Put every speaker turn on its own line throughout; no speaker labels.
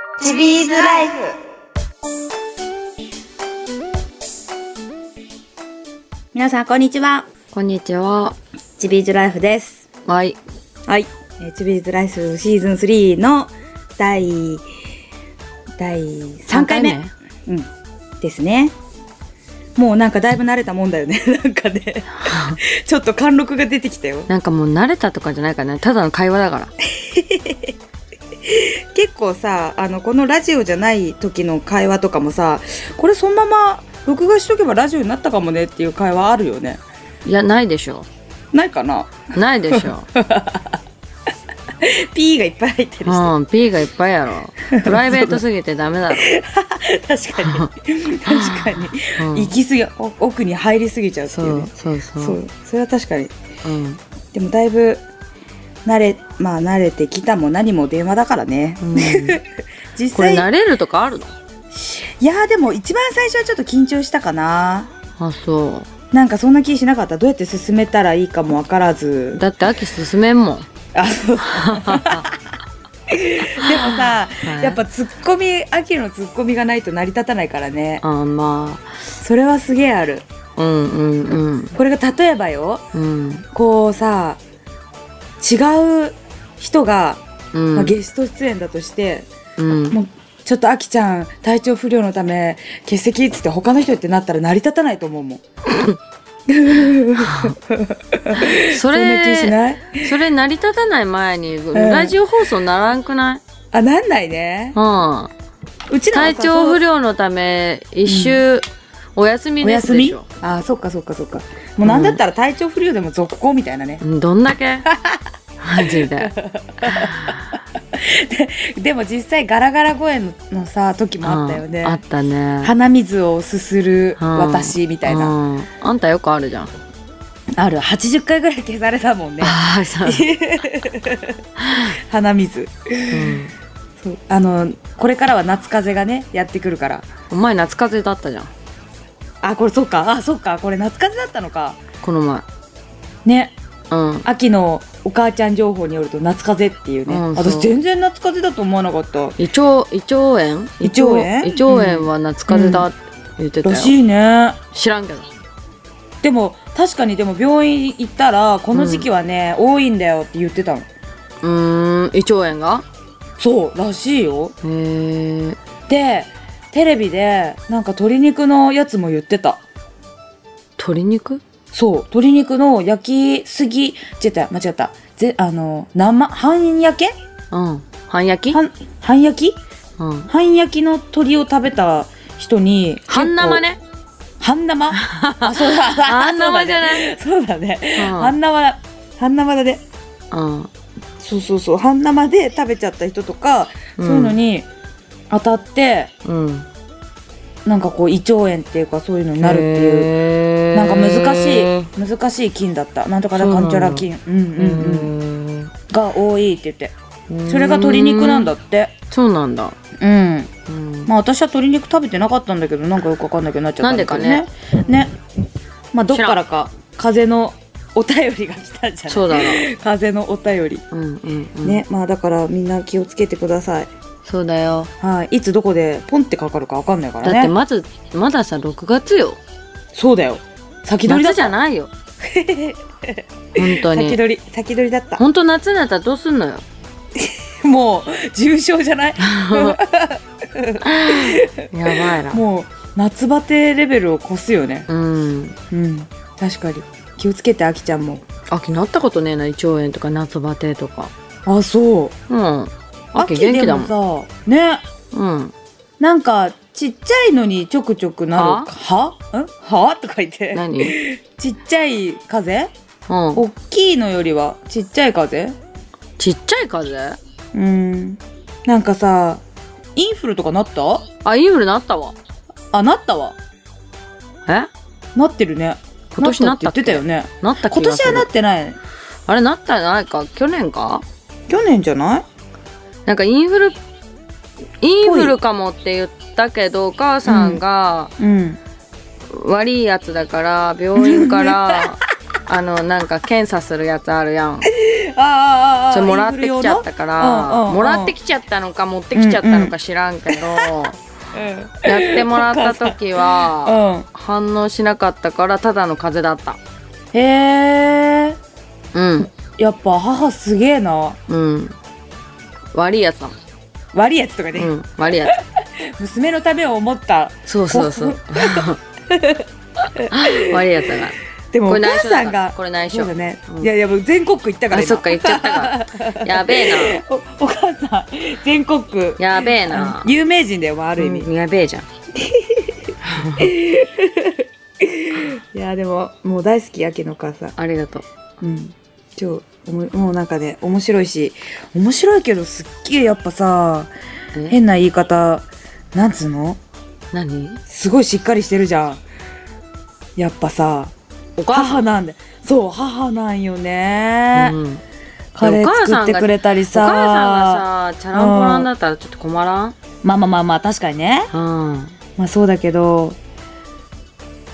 ズライフ皆さんこんにちは
こんにちは。
チビーズライフです
はい。
はい、えー、チビーズライフシーズン3の第第3回目
三
うん、ですねもうなんかだいぶ慣れたもんだよね なんかねちょっと貫禄が出てきたよ
なんかもう慣れたとかじゃないからね。ただの会話だから。
結構さあのこのラジオじゃない時の会話とかもさこれそのまま録画しとけばラジオになったかもねっていう会話あるよね
いや、ないでしょ。
ないかな
ないで しょ。
P がいっぱい入ってるし
うん、P がいっぱいやろ。プライベートすぎてダメだろ。
確か に確かに、
うん
行き過ぎお奥に入りすぎちゃうってい
そうう
ね
そうそう。
そうそれは確かに
うん。
でもだいぶ慣れまあ慣れてきたも何も電話だからね
うん、
実
これ
際
慣れるとかあるの
いやーでも一番最初はちょっと緊張したかな
あ、そ
なんかそんな気しなかったどうやって進めたらいいかもわから
う。
ず
だって秋進めんもん。
あそうでもさ、
い
やっぱツッコミ秋のツッコミがないと成り立たないからね
あ、ま
それはすげえある
あ。うんうんうん。
これが例えばよ
うん。
こうさ違う人が、
うん。
まあ、ゲスト出演だとして、
うん。
もうちょっとあきちゃん体調不良のため欠席っつって他の人ってなったら成り立たないと思うもん
そ
んな気し
れ、
ない
それ成り立たない前に、
ん
ラジオ放送ならんくない
あなんないね
うん。
うちらはさ
体調不良のため一周お休み
お
です
休
で
み
しょ、
あそっかそっかそっかもうなんだったら体調不良でも続行みたいなね、
うんどんだけマジで
でも実際ガラガラ声ののさ時も あったよね、
うんあったね
鼻水をすする
うん
私みたいな、
うんあんたよくあるじゃん
ある80回ぐらい消されたもんね
あ あそう、
鼻水
うん
そうあのこれからは夏風邪がねやってくるから
お前夏風邪だったじゃん
あこれそっかあそっかこれ夏風邪だったのか
この前
ね
うん
秋のお母ちゃん情報によると夏風邪っていうね、
うんそう
私全然夏風邪だと思わなかった
胃腸胃腸炎
胃腸炎
胃腸炎は夏風邪だって言ってたよ
ら、しいね
知らんけど
でも確かにでも病院行ったらこの時期はね、多いんだよって言ってたの
うーん胃腸炎が
そうらしいよ
へえ
でテレビでなんか鶏肉のやつも言ってた
鶏肉
そう鶏肉の焼きすぎ違った間違ったぜあの生半焼け
うん半焼き
半半焼き
うん
半焼きの鶏を食べた人に
半生
結
ね
構半 生あそうだ
半生じゃない
い そうだね
うん
半生だ半生だね
うん
そうそうそう半生で食べちゃった人とか、
うん
そういうのに当たって
うん
なんかこう胃腸炎っていうかそういうのになるっていう
い
なんか難しい難しい菌だったなんとかだ
そう
か
なんだ
んちゃら菌うんうんうん
ん
が多いって言って
うん
それが鶏肉なんだって
そうなんだ、
うん
うん
まあ私は鶏肉食べてなかったんだけどなんかよくわかんないけどなっちゃっただけど
なん
ねねまあどっからか風のお便りが来たんじゃな
そ
いう
だな
風のお便り
うんうん、うん、
ねまあだからみんな気をつけてください
そうだよ
はい、いつどこでポンってかかるかわかんないから
だって
ね。
まずまださ6月よ
そうだよ。先取りだっ
夏じ
た。
ゃないよ本当
先
に
取り、先取りだった。
本当夏になったらどうすんのよ
もう重症じゃ ない。
やばいな
もう夏バテレベルを越すよね。
う
う
ん
ん、確かに。気をつけてあきちゃんも。
秋なったことねえな胃腸炎とか夏バテとか
あ、そう。
うん秋元気だもん
もさ、ね、
うん
なんかちっちゃいのにちょくちょくなる。は？ん？は？とか言って。
何うん
ちっちゃい風？大きいのよりはちっちゃい風？
ちっちゃい風邪
うん。なんかさ、インフルとかなった？
あインフルなったわ
あ、なったわ。
え
なってるね。
今年なったっけ
って言ってたよね。
なった気
今
がす
年
る
はなってない。
あれなったんじゃないか去年か
去年じゃない
なんかインフルインフルかもって言ったけどお母さんが
うん。
悪 いやつだから病院からあのなんか検査するやつあるやん
ああああああ
それもらってきちゃったか
うんうんうん
らもらってきちゃったのか持ってきちゃったのか知らんけど、
インフル用の
やってもらった時は
うん、う
反応しなかったからただの風邪だっ
ん、へえ
たうん
やっぱ母すげえな
うん悪いやつだもん、
悪いやつとかね、
うん、悪いや
娘のためを思った
つそうそうそう 悪いやつだから
でも
こ
お
れ内
母
緒だ
さ
か
ん
ら
が
これ内緒
そうだね、
うん
いやいやもう全国区行ったから
あ
今
そっか言っちゃ ったからやべえ
おお母さん全国区
なやべえな
有名人だよ、まあ、ある意味、
うんやべえじゃん
いやでももう大好きやけのお母さん
ありがとう
うん超おももうなんかね面白いし面白いけどすっげえやっぱさ
え
変な言い方なんつうの
何
すごいしっかりしてるじゃんやっぱさ
お母さん
母なんだそう母なんよね、
うん
カレー作ってくれたり
お母
さ
さんがさチャランポランだったらちょっと困らん
まあまあまあまあ確かにね
うん
まあそうだけど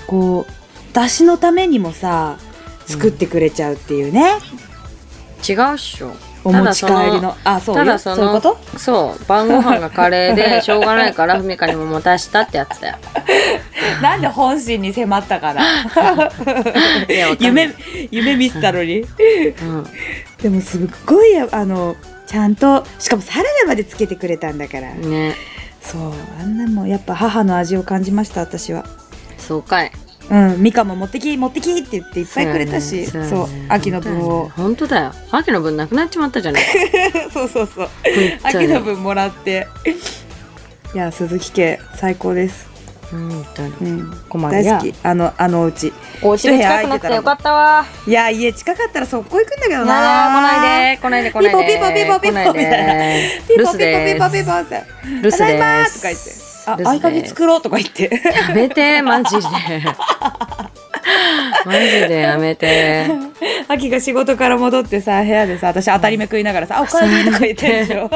こう出汁のためにもさ作ってくれちゃうっていうね、
違うっしょ
お持ち帰りのあそう
た
よ
だ
そ
そう
いう
の
こと
そう晩ご飯がカレ ーでしょうがないからふみかにも持たしたってやつだよ
なんで本心に迫ったから
いやわかんない
夢夢見せたのに
うん
でもすっごいあのちゃんとしかもサラダまでつけてくれたんだから、
ね
そうあんなもんやっぱ母の味を感じました私は
そうかい
うんみかんも持ってき持ってきって言っていっぱいくれたしそう,、秋の分を
本当だよ秋の分なくなっちまったじゃない
そうそうそう
本当に
秋の分もらっていや鈴木家最高です
本当に
うん
困る
大
や
好きあのあのお家
お家の近くなくてよかったわ
いや家近かったら速攻行くんだけどな
なあ来ないで来ないで来ないで
ピポピポピポピポみた
い
ピ
留
ポ
守
ピポピ
で
ポピポって
す留守です
ただいまーとか言ってあ
留守
合鍵
です
作ろうとか言って
やめてマジでマジでやめて
秋が仕事から戻ってさ部屋でさ私当たり目食いながらさ「あおかえり」とか言ってるでしょ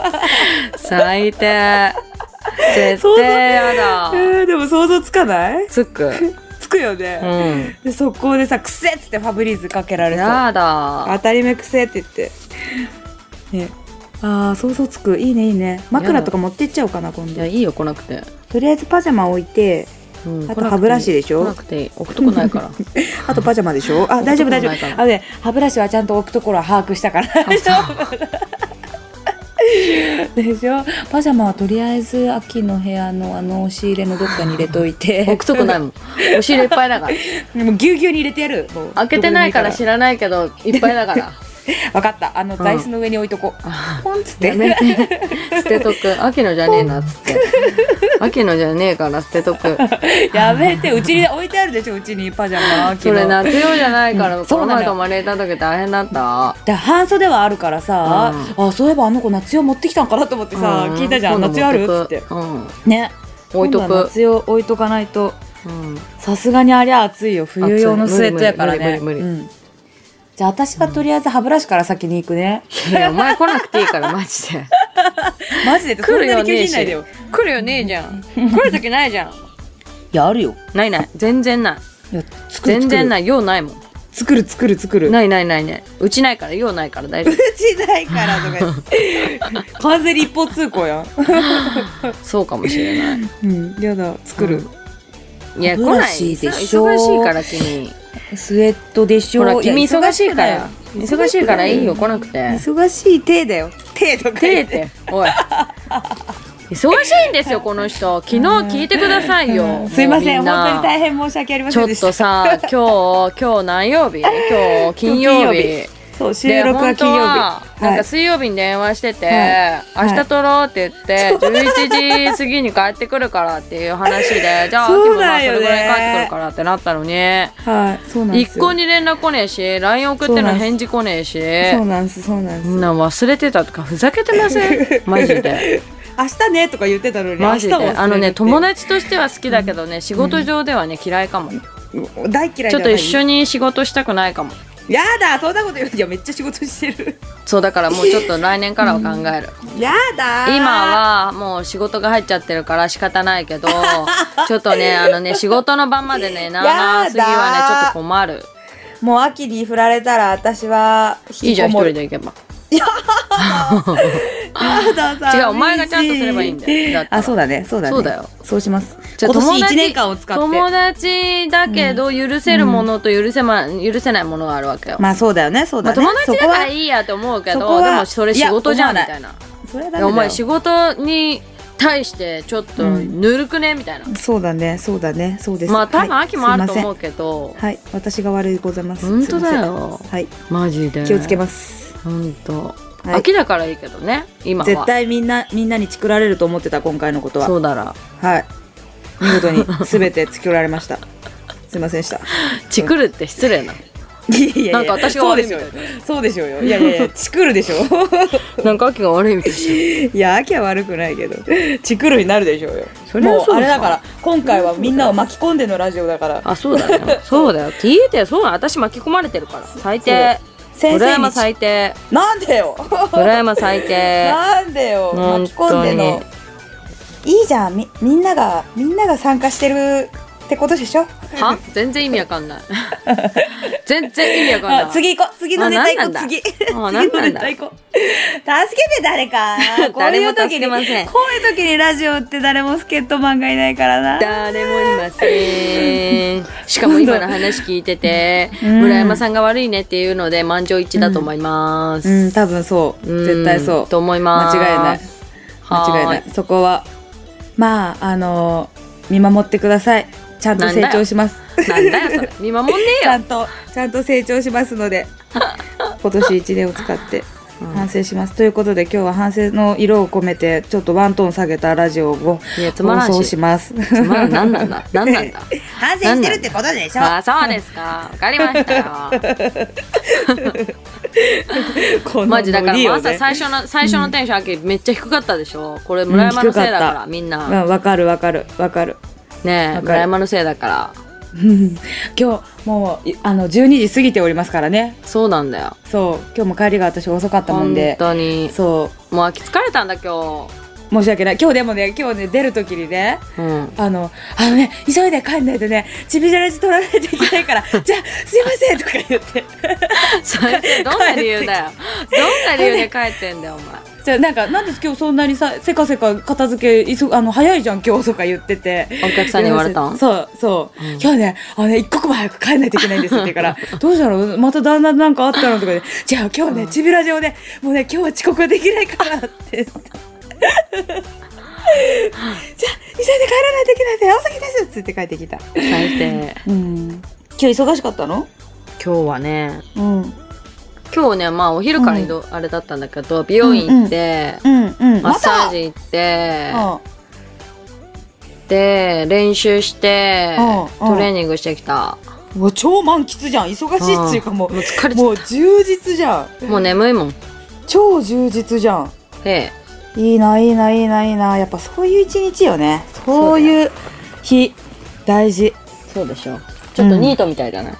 最低
想
絶
像
対やだ
えーでも想像つかない
つく
つくよ
う
ね、
ん
で速攻でさ「くせっ!」つってファブリーズかけられそう
やだ
当たり目くせえって言ってねあー想像つくいいねいいね枕とか持ってっちゃおうかな今
いや
度
いいよ来なくて、
とりあえずパジャマ置いて
うん
あと歯ブラシでしょ
来なくていい置くとこないから
あとパジャマでしょあ大丈夫大丈夫
置くとこないから
あのね歯ブラシはちゃんと置くところは把握したから
あ
でし
そ
ょ
う
でしょパジャマはとりあえず秋の部屋のあの押し入れのどっかに入れといて
置くとこないもんお尻いっぱいだから
もうぎゅうぎゅうに入れてやるもう
開けてないから
どこ
知らないけどいっぱいだから
でもいいから分かったあの
う
座
ん
椅子の上に置いとこう、ポンっつって
やめて 捨てとく秋のじゃねえなっつって秋のじゃねえから捨てとく
やめてうちに置いてあるでしょうちにパジャマ秋
そ
の
れ夏用じゃないから、
うん
こ
そ
の
うなの
前
よ
泊まれた時大変だった
だから半袖はあるからさ、あそういえばあの子夏用持ってきたんかなと思ってさ、
う
聞いたじゃん
今
夏
度
用あ
持
るっ
く
つって
うん
ね
置いと
今度は
く
夏用置いとかないと
うん
さすがにありゃ暑いよ冬用の
暑い
スウェットやからね
無理無理無理無
うんじゃあ私がとりあえず歯ブラシから先に行くね、
いやお前来なくていい からマジで
マジでそ
来
ん
る
な
よ
に
ね
気
え
に
し
しないでよ
来るよねえじゃん 来る時ないじゃん
いやあるよ
ないない全然ない
いや作る
全然
い
ない用ないもん
作る作る作る
ないないないないうちないから用ないから大丈
うちないからとか 言って完全に一方通行や
夫そうかもしれない
んうんやだ作る、
いや来
歯ブラ
ない
シで
さ
しょ
忙しいから君
スウェットでしょ
ほら君
や
忙しいか
くな
ら
いよ
忙しいからいい
忙
よ
しく
来なく
ない
て
よ忙しい手だよ手とか
照
言
れ
って
ておい忙しいんですよこの人昨日聞いてください
うん
よ
すいません
もう
本当
みな
に大変申し訳ありま
ち
せ
ょ
んで
っ
した
とさ今日今日何 曜日今日金曜日
そう収
で
録は金曜日は
本当はなん
い
か水曜日に電話してて、
はい
明日撮ろうって言 って、11時過ぎに帰ってくるからっていう 話でじゃあ秋
そ
も
うなん
そ
よ
れ
ね
ぐらい帰ってくるからってなったのに、
はいそうなんで
一
す
向
よ
に連絡来ねえし LINE 送ってんのに返事来ねえし
そうなんですそうなんです
みんな忘れてたとかふざけて ませんマジで
明日ねとか言ってたのに
マジで
明日も忘れるって
あのね友達としては好きだけどね仕事上ではね嫌いかも、
大嫌い
ちょっと一緒
に
に仕事したくないかも
やだそんなこと言ういやめっちゃ仕事してる
そうだからもうちょっと来年からは考える、
やだー
今はもう仕事が入っちゃってるから仕方な いけどちょっとねあのね仕事の場までねなあなあ
やだ
次はねちょっと困る
もう秋に振られたら私は引
いいじゃん、
き
一
こも
人
る
で行けば。
やだ寂しい
違うお前がちゃんとすればいいんだよだったら
あそうだねそうだね
そうだよ
そうします
じゃ
今
あ
年
友達
1年間を使って
友達だけど許せるものと許せ,、ま、許せないものがあるわけよ。
まあそうだよねそう
ま
だ
あ
ね、
友達だ
そこ
か
は
らいいやと思うけ
そ
ど
こは
でもそれ仕事じゃん
いや
み
思
たいな
それはダメだ
で
よ
お前仕事に対してちょっと
うん
ぬるくねみたいな、
そうだねそうだねそうです
まあ多分秋もあると思
う
うけど、
はい私が悪いございます
本当だ
すいま
よ
せんはい
マジで
気をつけ
ま
ます、
す本当、
はい
秋だからいいけどね今は
絶対みんなみんなにチクられると思ってた今回のことは
そうだら
はい見事に全て突き折られましたすいませんでした
チクるって失礼ない
やい やいや
なんか私が悪いみたい
そうでしょうよそうでしょうよいやいやいやチクるでしょ
なんか秋が悪いみ たいない
や秋は悪くないけどチクるになるでしょうよ
そりゃ
も
そうう
あ
さ
れだから今回はみんなを巻き込んでのラジオだから
あそうだよそうだよ聞いてよそうだよ私巻き込まれてるから最
そうだよ
低
先
村
生に
山
チ
最低
なんでよ
村山最低
なんでよ
本
巻き込ん
当
で
に
のいいじゃんみみんながみんなが参加してるってことでしょ
は全然意味わかんない 全然意味わかん
あ
ない
次行こう次のネタ
あな
行こ
んな
うん
だ
次次
あ
の
なんなんだ
ネタ行こう助けて誰かこう
誰
いう
も助
時
け
にこう
ません
いう時にラジオって誰も助っ人マンがいないからな
誰もいませんしかも今の話聞いてて、
うん
村山さんが悪いねっていうので満場一致だと思います、
うん多分そう
うん
絶対そう
と思いま
間
す
違いない
はー
間違いないそこはまああのー見守ってくださいちゃんと
なんだ
成
よ
長します
なんだよそれ見守んねえ
ちゃ
よ
んとちゃんと成長しますの で今年1年を使って
うん
反省します、ということで今日は反省の色を込めてちょっとワントーン下げたラジオを
いやつま
放
らん
送
し
し ます
つまらん何なんだ何なん だ
反省してるってことでしょ
あそうですかわかり ましたよ
この
マジだから
ノリ
もう
を
朝
ね
最初の最初のテンション上げめっちゃ低かったでしょこれ村山のせい
うん低
だか、
からった
みん
う
なん
わかるわかるわかる
ね
わ
え
かる
村山のせいだから
うん今日もういあの12時過ぎておりますからね
そうなんだよ
そう今日も帰りが私遅かったもん
本
で
当に
そ
もう飽き疲れたんだ今
う申し訳ない今日でもね今日ね出る時にね
日うん
あの、あのね、急いで帰んないとね、チビジャラジ取らないといけない から、じゃあ、すいませんとか言って。
それってどんな理由だよどんな理由で帰ってんだよお前
じゃあ、なんか、なんで今日そんなにさ、せかせか片付け、いそあの、早いじゃん、今日とか言ってて。
お客さんに言われたん
そう、そう、
うん
今日ね、あのね、一刻も早く帰んないといけないんです って言うから、どうしたのまた旦那なんかあったのとかで、じゃあ今日ね、チビラジをね、もうね、今日は遅刻はできないからって 言って。じゃあ、急いで帰らないといけないんで、朝日ですっつって帰ってきた。
最低
うん。今日忙しかったの
今日はね
うん。うん
今日ねまあお昼から移動、あれだったんだけど美容院行って、
うん。
マッサー
ジ。
ジ行って、
うん
で練習して、
うんうん
トレーニングしてきた、
うわ超満喫じゃん。忙しいっていうかも
もう疲れ
う、
ちゃ
もう充実じゃん。
うもう眠いもん
超充実じゃん。
ええ
いいな、いいな、いいな、いいな。やっぱそういう一日よね。そういう日、大事。
そうでしょちょっとニートみたいじゃない、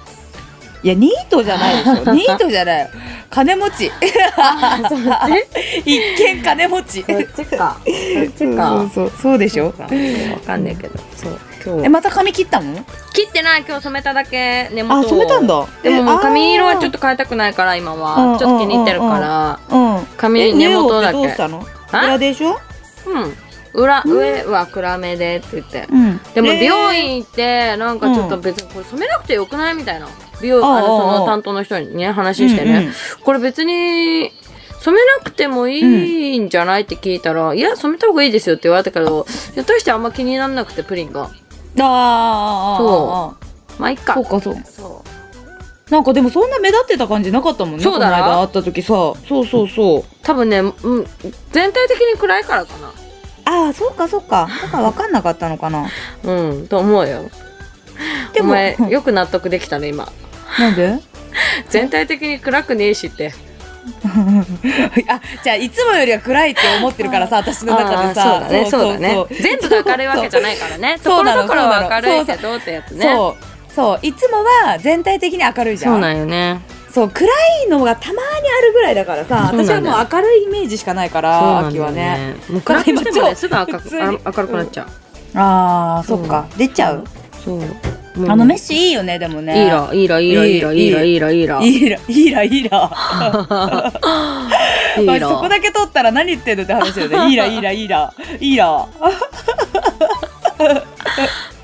いや、ニートじゃないで しょ。ニートじゃないよ。金持ち。一見金持ち。
こっちかこっ
そう
ち
そ
か
うそう。そうでしょ。
わかんないけどそう今
え、
日は
また髪切ったの
切ってない今日染めただけ根元を
あ、染めたんだ。
でももう髪色はちょっ
と。
と変えたくないから今
うんうんうんう
は
ん
ちょっと気に入ってるから
うん。
髪根元だ
えネオってどうし
け
たの
あ
裏でしょ
うん裏上は暗めでって言って
うん
でも美
え
容
ー
院行ってなんかちょっと別にこれ染めなくてよくないみたいな美容あの
おうおうおう
その担当の人にね話してね、
うんうん
これ別に染めなくてもいいんじゃないって聞いたら、いや染めた方がいいですよって言われたけどひょっとしてあんま気にならなくてプリンが
あー
まあいっか
そうかそう
そ
なんかでもそんな目立ってた感じなかったもんね
そうだな
この間会った時さそうそうそう
う多分ね、うん、全体的に暗いからかな
ああそうかそうかだから分かんなかったのかな
うんと思うよ
でも
お前
うん
よく納得できたね 今
なんで
全体的に暗くねえしって
あじゃあいつもよりは暗いって思ってるからさ私の中で
あ
さ
ーそうだねそうだね全部が明るいわけじゃないか らねところどころは明るいけどってやつね
そうそういつもは全体的に明るいじゃん
そうなんよね
そう暗いのがたまにあるぐらいだからさ
そうなん
私
だ
は
よ
もう明るいイメージしかないから秋はね
もう暗くしても
今超
ねすぐ
普
赤く
通に
あ明るくなっちゃう
ああそ
そう
っか出ちゃう
そううん
あのメッシュいいよねでもね
いいらいいらいいらいいらいいらいいらいいら
いいらいいらいいら
いい
まあ
ら
そこだけ取ったら何言ってんのって話だよねいいらいいらいいらいいら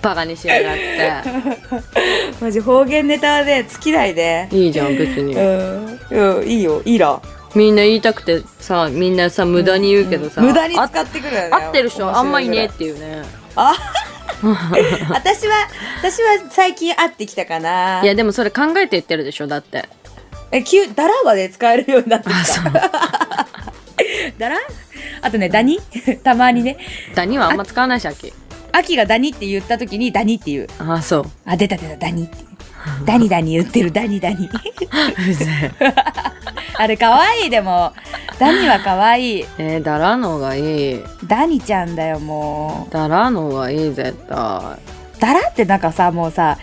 バカにしやがっ
マジ方言ネタで尽きないで
ていいじゃん別に
うん、うん、いいよいいら
みんな言いたくてさみんなさ無駄に言うけどさ、
無駄に
あ
使ってくるよね
合ってる人あんまいねえっていうね
私は私は最近会ってきたかない
やでもそれ考えて言ってるでしょだって
え急だらはね使えるようになってきただらあとねダニ たまにね
ダニはあんま使わないし秋
秋がダニって言った時にダニっていう
ああそう
あ出た出たダニってダニダニ言ってるダニダニあれ可愛いでもダニは可愛い
えー、ダラの方がいい
ダニちゃんだよも
ダラの方がいい絶対
うダラってなんかさもうさ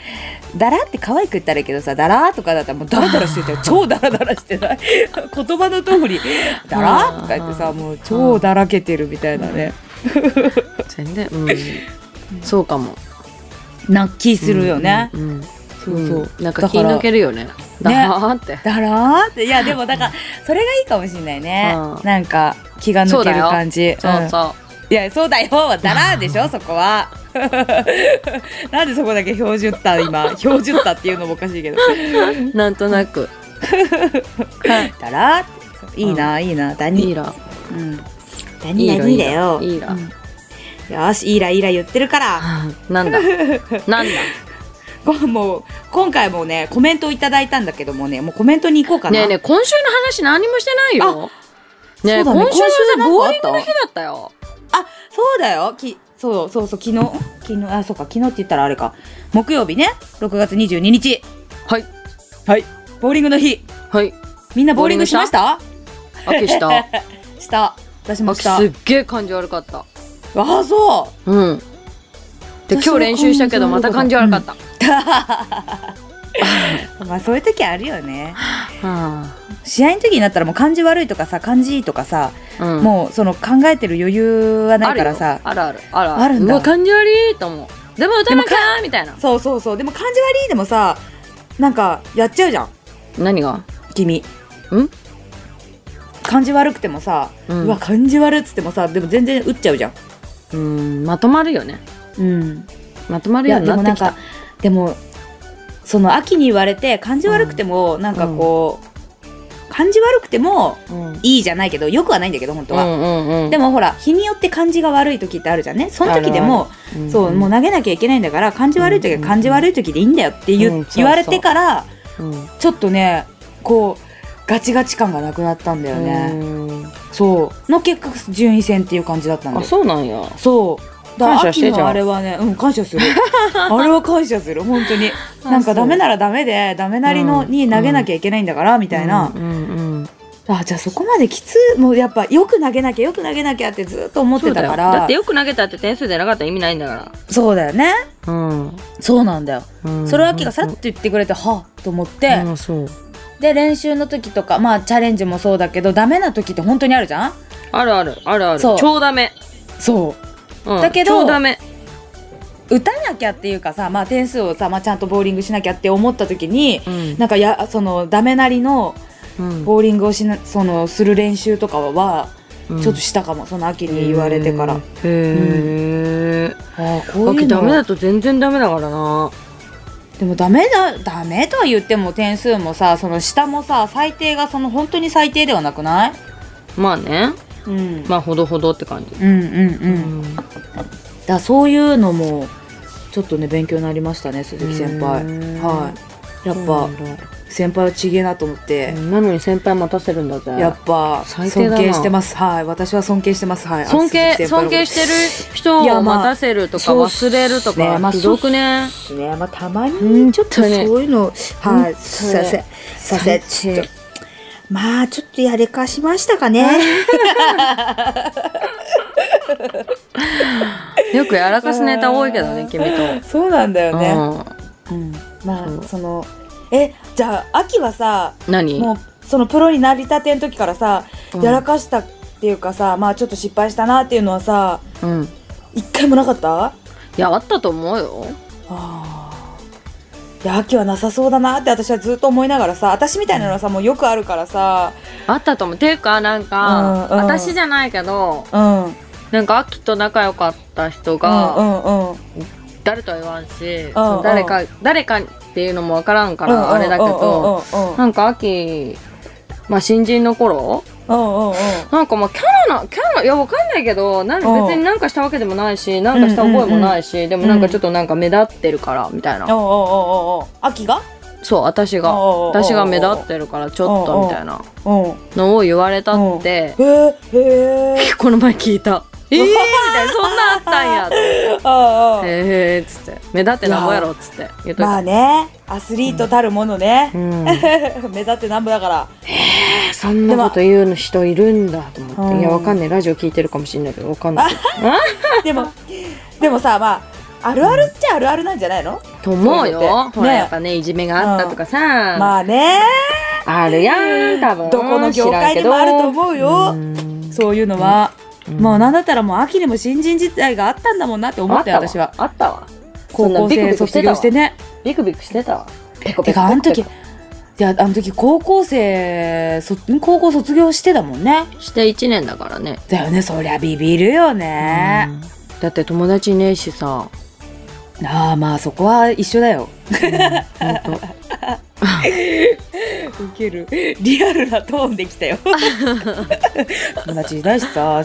ダラって可愛く言ったらいいけどさダラとかだったらもうダラダラしてたよ超ダラダラしてない 言葉の通りダラとか言ってさもう超だらけてるみたいなね
全然うん そうかも
な気するよね、
うんうん
そうそう、
うんなんか
だ
気
から
抜けるよねダラーって、
だらーっていやでもだからそれがいいかもしれないね
うん
なんか気が抜ける感じ
そうそ
うんいやそうだよはだらーでしょそこは なんでそこだけ標準った今標準ったっていうのもおかしいけど
う、なんとなく
だらーっていいな、いいなダ
いい
ニ
ら
うんダ
い
ニ
い
ダ
ら
ニだよ
いいら
うんよしいいらいいら言ってるから
なんだなんだ
こうもう今回もねコメントをいただいたんだけどもねもうコメントに行こうかな
ねえねえ今週の話何もしてないよねえ
そうだね
今週の
今
さ
週
ボ
な
ー
ん
リン
か
グ
あった
の日だったよ
あそうだよきそうそうそう昨日昨日あそうか昨日って言ったらあれか木曜日ね6月22日
はい
はいボーリングの日
はい
みんなボーリングしました
秋した
した私もし
秋
た
すっげえ感じ悪かった
ああそ
うんで
私
今
も
日練習したけどまた感じ悪かった、
うまあそういう時あるよね
は
試合の時になったらもう感じ悪いとかさ感じいいとかさ、
あうん
もうその考えてる余裕はないからさ
あるよあるあるある
あるんだ
うわ感じ悪いと思うでも歌なきゃみたいな
そうそうそうでも感じ悪いでもさなんかやっちゃうじゃん
何が
君
ん
感じ悪くてもさ、
う
うんわ感じ悪っつってもさでも全然打っちゃうじゃん
うんまとまるよね
うん
まとま
い
るよ
や
うに
で
な
も
って
なん
きた
かでもその秋に言われて感じ悪くても、なんかこう、感じ悪くても
うん
いいじゃないけどよくはないんだけど本当
う
は、
んうんうん
でもほら日によって感じが悪い時ってあるじゃんねその時でも
ん
そうもう投げなきゃいけないんだから感じ悪い時は感じ悪い時でいいんだよって言,、う
う
ん
そうそう
言われてから
うん
ちょっとねこうガチガチ感がなくなったんだよね、
うん
そうの結果順位戦っていう感じだったんだ
あ
よ
そうなんや
そう。だから
感謝して
秋
じゃん
のあれはね、うん、感謝す る。あれは感謝する、本当に。
あ
なんか
そう
ダメならダメで、ダメなりの
うん
に投げなきゃいけないんだから、み
み
たいな
う。んうん
あ、じゃあそこまできつ、もうやっぱよく投げなきゃ、よく投げなきゃってずっと思ってたか
そうだよだっ
ら
て。よく投げたって点数でなかったら意味ないんだか
そうだよね。
らうん、
そうなんだよ。
うん、
それは秋がさらっと言ってくれて、はっと思って
う。んそう
で、練習の時とか、まあチャレンジもそうだけど、ダメな時って本当にあるじゃん
あるあるあるある
そう
超ダメ、
そう。
うん、
だけど
超ダメ
打たなきゃっていうかさ、まあ点数をさ、まあちゃんとボーリングしなきゃって思った時に、
うん
なんかや、その、ダメなりの、
うん
ボーリングをしなそのする練習とかは、
うん
ちょっとしたかもその秋に言われてから、
へえ、
ああこうい
秋
う
ダ
の
メだと全然ダメだからな
でもダメだダメとは言っても点数もさその下もさ最低がその本当に最低ではなくない、
まあね
うん
まあほどほどって感じ
うんうんう
うん
だからそういうのもちょっとね勉強になりましたね鈴木先輩
うん
はいやっ
そ
ぱ
うなんだ
先輩はちげえなと思って、
なのに先輩待たせるんだぜ
やっぱ尊
最低だな
敬してますはい私は尊敬してますはいあ
尊敬
鈴木先輩
尊
のこと
敬してる人
いや
を
まあ
待たせるとか
そうっす
忘れると
ねま
か
あ
ひどくね
ですね。まあ、たま
う
に
ん
ちょっとそういうの、
当
はい、
に
させ、させ、ちょっ
最
と。まあ、ちょっとやれかしましたかね。
よくやらかすネタ多いけどね君と、
そうなんだよね。
う
うん、ま
そう
あ、その、え、じゃあ、秋はさ、
ん何
もう、そのプロになりたての時からさ、
うん
やらかしたっていうかさ、まあ、ちょっと失敗したなっていうのはさ、
うん
一回もなかった。あ
いやあったと思うよ
あいや秋はなさそうだなって私はずっと思いながらさ私みたいなのはさ、もうよくあるからさ
あったと思う。ていうか、なんか、
うんうん
私じゃないけど、
うんうん
なんか、秋と仲良かった人
う
が、
んうん
誰とは言わんし、
んうん
誰か、誰かっていうのもわからんから、あれだけど、なんか、秋、まあ、新人の頃
うんうんうん
なんかまあキャラな、キャラ、いやわかんないけど、なん
うん
別になんかしたわけでもないし、なんかした覚えもないし、でもなんかちょっとなんか目立ってるから、みたいな。
おうおうおうおう秋が
そう、私が。
おうおうおう
私が目立ってるからちょっと、みたいな
うんへ
のを言われたって、
えへえ
この前聞いた。えー、みたいな、そんなんあったんやって。
ああ
えー、っつって。目立ってなんぼやろっつって言っといた。
まあねアスリートたるものね
う、ん、
目立ってなんぼだから
そんなこと言うの人いるんだと思って、
うん
いやわかんないラジオ聞いてるかもしれないけどわかんない
でもでもさまああるあるっちゃあるあるなんじゃないの、
と思う
そ
よ
うだって
ほら
ね
やっぱねいじめがあったとかさ、
まあね
あるやん多分
どこの業界でもあると思うよ
ん
そういうのは、
うん
もうなんだったらもう秋にも新人時代があったんだもんなって思
あ
っ
った
て
わ
私は
あったわそ
高
んな
校
ビクビ
生
ク
卒業してね
ビクビクしてたわペコ
て
ペコ
かあの時い
ペコ
やあの時高校生そ高校卒業してだもんね
ペコして1年だからね
だよねそりゃビビるよね、
うんだって友達いねえしさ
ああまあそこは一緒だ よ
ほんと
ウケるリアルなトーンできた よ 友達だしさ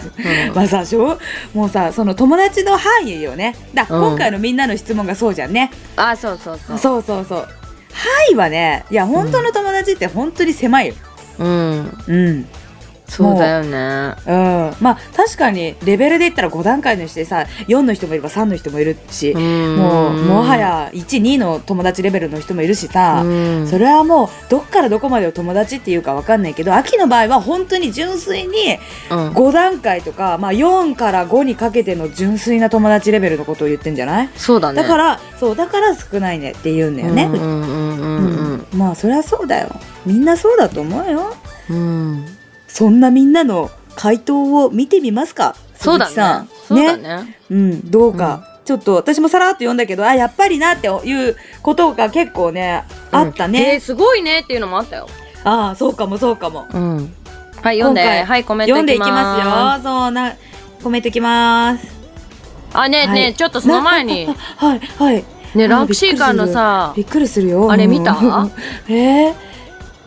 まあさしょもうさその友達の範囲よねだ、
うん
今回のみんなの質問がそうじゃんね
あそうそうそう
そうそうそう範囲はねいや本当の友達って本当に狭いよ
うん
うん、うん、
そうだよね
まあ確かにレベルで言ったら5段階のしてさ4の人もいれば3の人もいるし、も
も
うもはや12の友達レベルの人もいるしさ、そ
それ
れはもうどっからどこまでを友達っていうかわかんないけど秋の場合は本当に純粋に5段階とか、まあ、4から5にかけての純粋な友達レベルのことを言ってんじゃない
そうだね
だから、そうだから少ないねって言うんだよね、
うんうんうんうん
まあそりゃそうだよみんなそうだと思うよ
うんうん
そんなみんなの回答を見てみますか
そうだ
鈴木さん
ねそうだね
うん、どうか、ちょっと私もさらっと読んだけどあやっぱりなっていうことが結構ねあった
うんえー
ね、
すごいねっていうのもあったよ
ああそうかもそうかも
うんはい読ん
今
で
回
はいコメント
読んでい
い
き
きます
ますよそうなコメントいきます
あねえね
は
え
い
ちょっとその前に
はいはい
ねランプシーカーのさ
びっくりするよ
あれ見た
うん えー、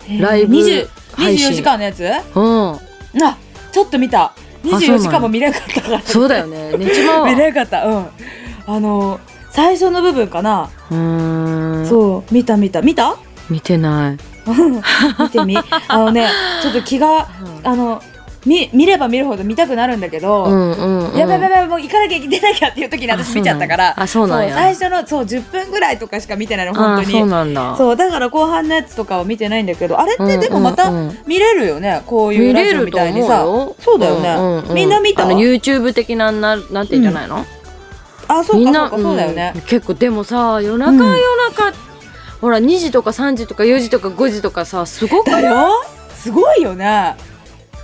えー
ライブ
20
配信
24時間のやつあ
うん
ちょっと見た
そうなの
24時間も見れなかったから
そうだよね寝ちまうわ
見れなかったうんあの最初の部分かな、
うーん
そう見た見た見た
見てない
うん見てみあのねちょっと気があの見見れば見るほど見たくなるんだけど、
うんうんうん
やばいやばいやばいもう行かなきゃいけなきゃっていう時に私見ちゃったから
あそうなんや
最初のそう10分ぐらいとかしか見てないの本当
あそう
に
なんだ
そうだから後半のやつとかは見てないんだけどあれっ
うんうん
て
うん
でもまた見れるよねこういう
見
ラ
れ
ジオ
る
み
と
たい
思
に
う
さ
よ
そうだよね、
うんうんうん
みんな見た
あの YouTube 的ななんなんて言うんじゃないの
あそう
み
か
ん
そ
な
うかそうだよね
うん、結構でもさ夜
う
中
ん
夜中、ほら2時とか3時とか4時とか5時とかさすごく
だよすごいよね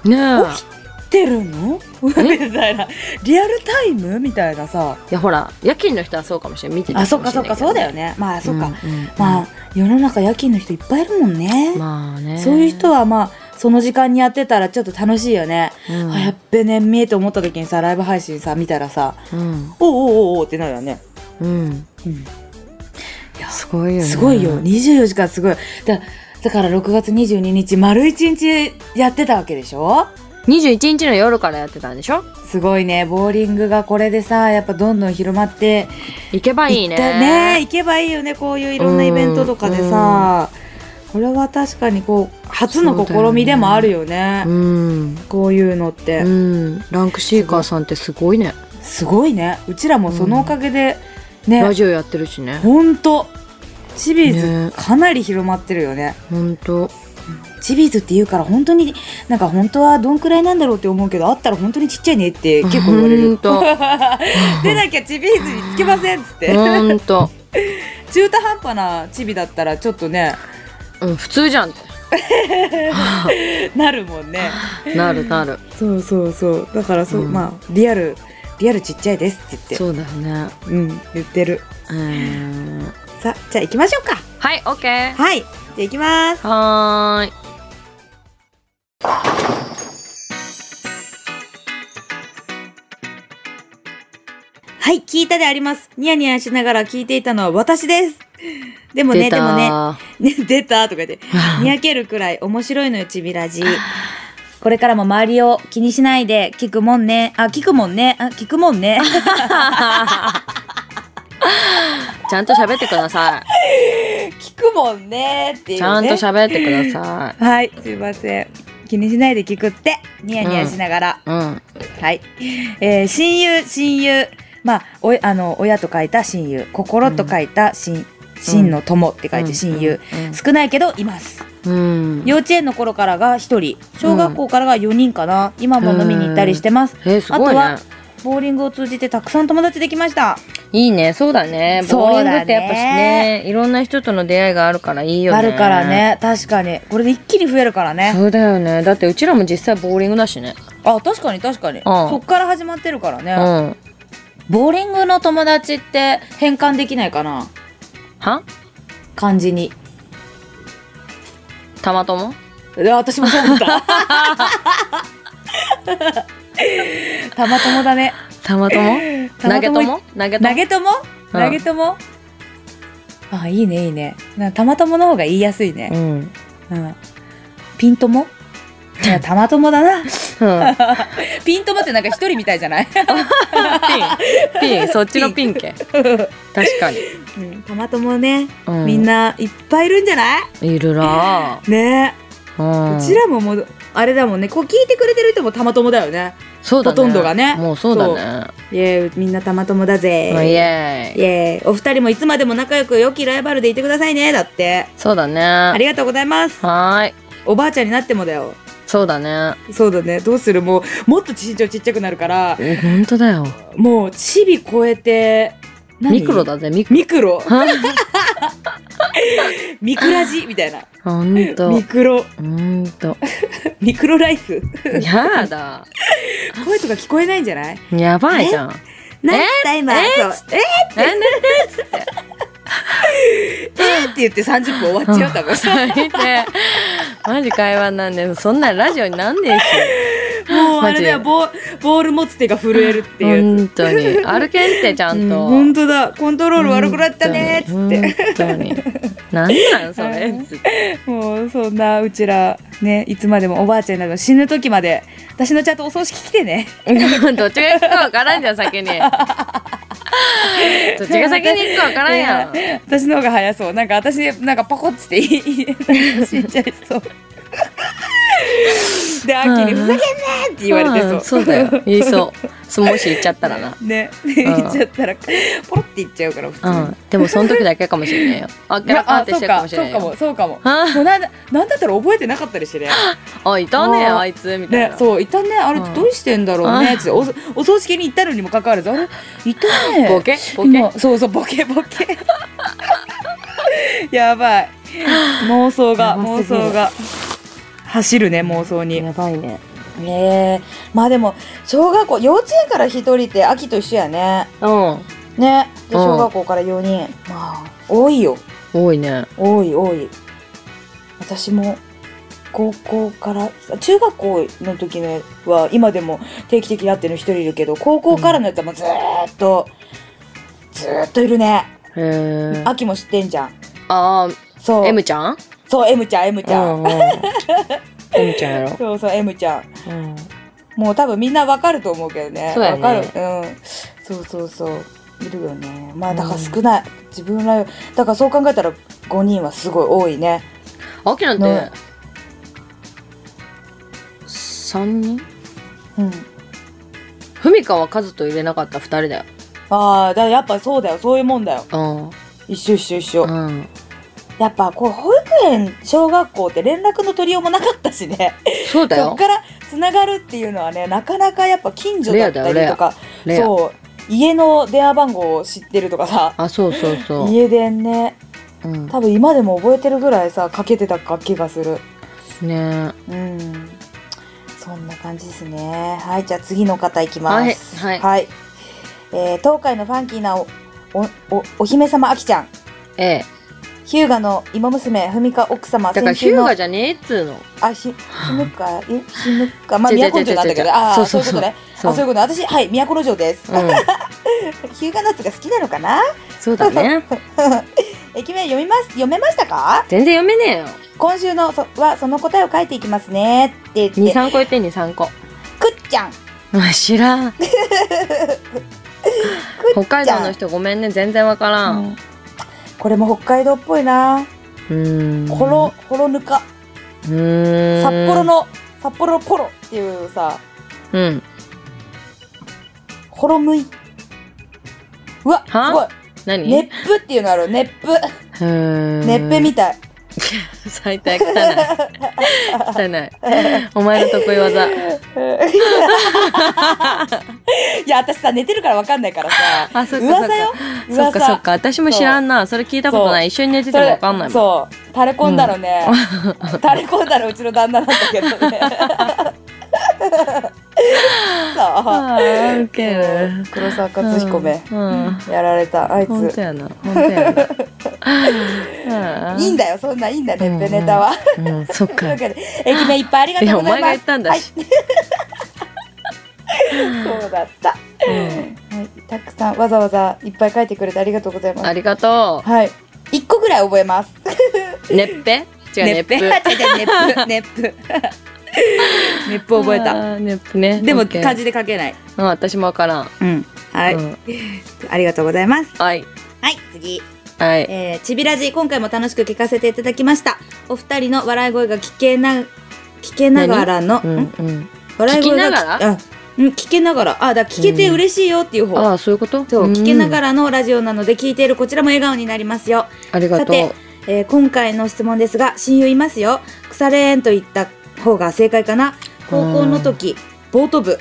ねえ
知ってるの みたいなリアルタイムみたいなさ
いやほら夜勤の人はそうかもしれない見てた
あ
もし
そ
れ
っ
な
か
いけ
そ
ど
っかそうだよねまあそっか、
うんうん
まあ世の中夜勤の人いっぱいいるもんね、
まあね
そういう人はまあその時間にやってたらちょっと楽しいよね、
うん
あやっべね見えと思った時にさライブ配信さ見たらさ
うん
おうおうおうおうってなるよね、
うん
うん
いやすごいよね
すごいよ24時間すごいだだから6月22日丸1日やってたわけでしょ
21日の夜からやってたんでしょ
すごいねボーリングがこれでさやっぱどんどん広まって
行けばいい
行
ね
ったね行けばいいよねこういういろんなイベントとかでさ、これは確かにこう初の試みでもあるよね
うん
こういうのって、
うんランクシーカーさんってすごいね
すごいねうちらもそのおかげで、
ラ
ね
ジオやってるしね
ほんとチビー
ね
ズかなり広まってるよね
ほんと
チビーズって言うから本当になんか本当はどんくらいなんだろうって思うけどあったら本当にちっちゃいねって結構言われ
ほ
る
ん と
出なきゃチビーズにつけませんっつって
ほんと
中途半端なチビだったらちょっとね
うん普通じゃんって
なるもんね
なるなる
そうそうそうだからそう、
うん
まあリアルリアルちっちゃいですって言って
そうだよね
う、ん、言ってる
うーん
さあじゃあ行きましょうか
ははい、オッケー。
はいじゃあいきます
はーい。
はい聞いたでありますニヤニヤしながら聞いていたのは私ですでもね
出た
でもね
ー
ね、出たとか言って、にやけるくらい面白いのよ、ちびラジ。これからも周りを気にしないで聞くもんね。あ、聞くもんね。あ、聞くもんね。
ちゃんと喋ってくださ
聞くもんねって
い。
いう、ね。
ちゃんと喋ってくださ
はい、すいません。気にしないで聞くって、ニヤニヤしながら。
い。うん。
はい。えー親友、親友。まあ、おい、あの、親と書いた親友。心と書いた親、真の友って書いて親友。少ないけど、います。
うん。うん。
幼稚園の頃からが1人小学校からが4人かな、今も飲みに行ったりしてます
えー、すごい
あ
ね
と。ボーリングを通じてたくさん友達できました
いいね。そうだね。ボーリングってやっぱし
そうだ
ね、いろんな人との出会いがあるからいいよね。
あるから。ね確かにこれで一気に増えるからね
そうだよね。だってうちらも実際ボーリングだしね。
あ確かに確かに、そっから始まってるから
う
ね、
ん。
ボーリングの友達って変換できないかな
は
漢字に
たまとも
いや私もそう 思ったたまともだね
たまとも
たま
投げ
と
と
も
も投げと
投げと
も
も、
うん
投げともあいいねいいねなたまともの方が言いやすいね、
うん。うん。
うんピント もいやたまともだなピントもってなんか一人みたいじゃない、
ピン。ピン。そっちのピンけ。確かに。
うん、たまともね、
うん
みんないっぱいいるんじゃない
いるな
ねえ、
ぁ。
う
う
ちらももうあれだもんねこう聞いてくれてる人もたまともだよね
そうだね
ほとんどがね
もうそうだね。
イエーイみんなたまともだぜ
イエー
イ
イ。
エーイお二人もいつまでも仲良く良きライバルでいてくださいねだって
そうだ
あ
ね。
りがとうございます
はーい。
おばあちゃんになってもだよ
そうだね。
そうだねどうするもうもっと身長ちっちゃくなるから
え、ほんとだよ。
もうチビ超えて何
ミクロだぜ、ミク
ミクロミクラジみたいな
ロ。ほんと
ミ。クロ
ほん と。
ミクロライフ
やだ。
声とか聞こえないんじゃない
やばいじゃん。
何した今そうえ
え、ね、
えーって言って30分終わっちゃう多 分
最低。マジ会話なんで、そんなんラジオになんでいいし。
もうあれだよ
マジ
ボーボール持つ手が震えるっていうや
本当に。 歩けんってちゃ
つ、
んと。
うん本当だコントロール悪くなったねーっつって
本当に。本当に。なんなんそれ
うん
つって。
もうそんなうちらねいつまでもおばあちゃんになるの死ぬ時まで私のちゃんとお葬式来てね
どっちが行くかわからんじゃん、先に。どっちが先に行くかわからんやん。
い私の方が早そうなんか私なんかパコッつってい い死んじゃいそうで秋に「ふざけんな!」って言われてそう、
うんそうだよ。言いそう。そうもし言っちゃったらな。
ね 言っちゃったらポロって言っちゃうから普通
う
に、
ん。でも、その時だけかもしれないよ。あっけらかんって
そ
し
う
てるかも
か
し
そ
れ
う
ない
か
よ
も。そうかも
あ
もうなんだなんだったら覚えてなかったりしてね
あ、いたね、
あー
あいつ、みたい
ね
な。
そういたねあれ
うん
どうしてんだろうねっておお葬式に行ったのにもかかわらずあれいたね
ボケボ
今
ケ。
そうそうボケボケ やばい妄想が
やば
妄
すぎる
想が走るね妄想にね
やばいね。
えまあでも小学校幼稚園から一人って秋と一緒やね
うん。
ねで
うん
小学校から4人、まあ多いよ
多いね。
多い多い私も高校から中学校の時のは今でも定期的に会ってる人いるけど高校からのやつはもうずーっと、ずーっといるね
へえ。あ
秋も知ってんじゃん
あー、
そう。
M ちゃん
そう、M ちゃん、M ちゃん。
うんうん。M ちゃんやろ。
そうそう、M ちゃん。
うん。
もう多分みんなわかると思うけどね。
そうや
わ、
ね
かる。うん。そうそうそう。いるよね。まあだから少ない。自分らよ、だからそう考えたら5人はすごい多いね。
アキなん
ね
て、三人
うん。
ふみかはカズと入れなかった二人だよ。
ああ、だからやっぱそうだよ。そういうもんだよ。
うん。
一緒一緒一緒。
うん。
やっぱこう、保育園、小学校って連絡の取りようもなかったしね。
そうだ
そっ
よ。
からつながるっていうのはね、なかなかやっぱ近所だった
レアだ
り
よ
とか、
レア。
そう、家の電話番号を知ってるとかさ、
あ、そうそうそう。
家電ね
うん、
多分今でも覚えてるぐらいさかけてたか気がする
ね
うんそんな感じですねはいじゃあ次の方いきま
はい
す
はい
えー東海のファンキーなおおおお姫様あきちゃん
え。え
ヒューガの芋娘、ふみか奥様、
だからヒ
先週
ュー
の
ガじゃねえっつうの。
あ、ひ、ひむか、え、ひむか、まあ、
違う違う
都城なんだけ
違う違う
ど、あ
そ
あ、
うそ
そうい
う
うことね。
そ
あ、そういう
う。
こと、私、はい、都城です。
うん、
日向夏が好きなのかな。
そうだね。
駅名読みます、読めましたか。
全然読めねえよ。
今週の、そ、は、その答えを書いていきますね。って言
2、
って、
3個言って2、3個。
くっちゃん。
あ 知らん。
く
北
っ
海
ち
道
ゃ
の
ん。
人ごめんね、全然わからん。
うんこれも北海道っぽいな。
うーん。
ほろ、ほろぬか、
うーん。
札幌。の、札幌のポロっていうさ、
うん。
ほろむい。うわ、すごい
は。何
熱風っていうのある、熱風、熱
熱
風みたい。
最低汚い。汚い。お前の得意技。
いや私さ寝てるからわかんないからさ
あ、そっかそっ
噂
か
よ。
そっ
噂
かそっか。私も知らんな。それ聞いたことない。一緒に寝ててもわかんないもん。
そう垂れ込んだのね、 垂れ込んだのうちの旦那なんだけ どねそう
あーウケる。
黒沢克彦め、
うん。うん
やられたあい
本当
つ
やな。本当やな。うん
いいんだよそんなんいいんだね
うん
っぺネタは、
うん、そっ
という
か
わ。けで駅名いっぱいありが
いや、
とう
お
ござ
前
い
が
ま
言
す
ったんだし。
はい、そうだった、はい、たくさんわざわざいっぱい書いてくれてありがとうございま
あ
す
りがと
はい一個ぐらい覚えます
う。熱っぺ違う、熱っぺ。
ネップネップ ネップ覚えた
あー。熱っぺね。
で
オ
も
ッケー
漢字で書けない
うん、私もわからん。
うんはい、
うん
ありがとうございます
はい。
はい次
はい。
えー、ちびラジ今回も楽しく聞かせていただきましたお二人の笑い声が聞けな聞けながらの、
うん
ん
うん。
笑い声が
聞きなが
らうん聞けながらあだ聞けて嬉しいよっていう方、
ああ、そういうこと
そう聞けなが
ら。
らのラジオなので聞いているこちらも笑顔になりますよ
ありが
さ
とう
て。えー今回の質問ですが親友いますよ腐れ縁といった方が正解かな高校の時ボート部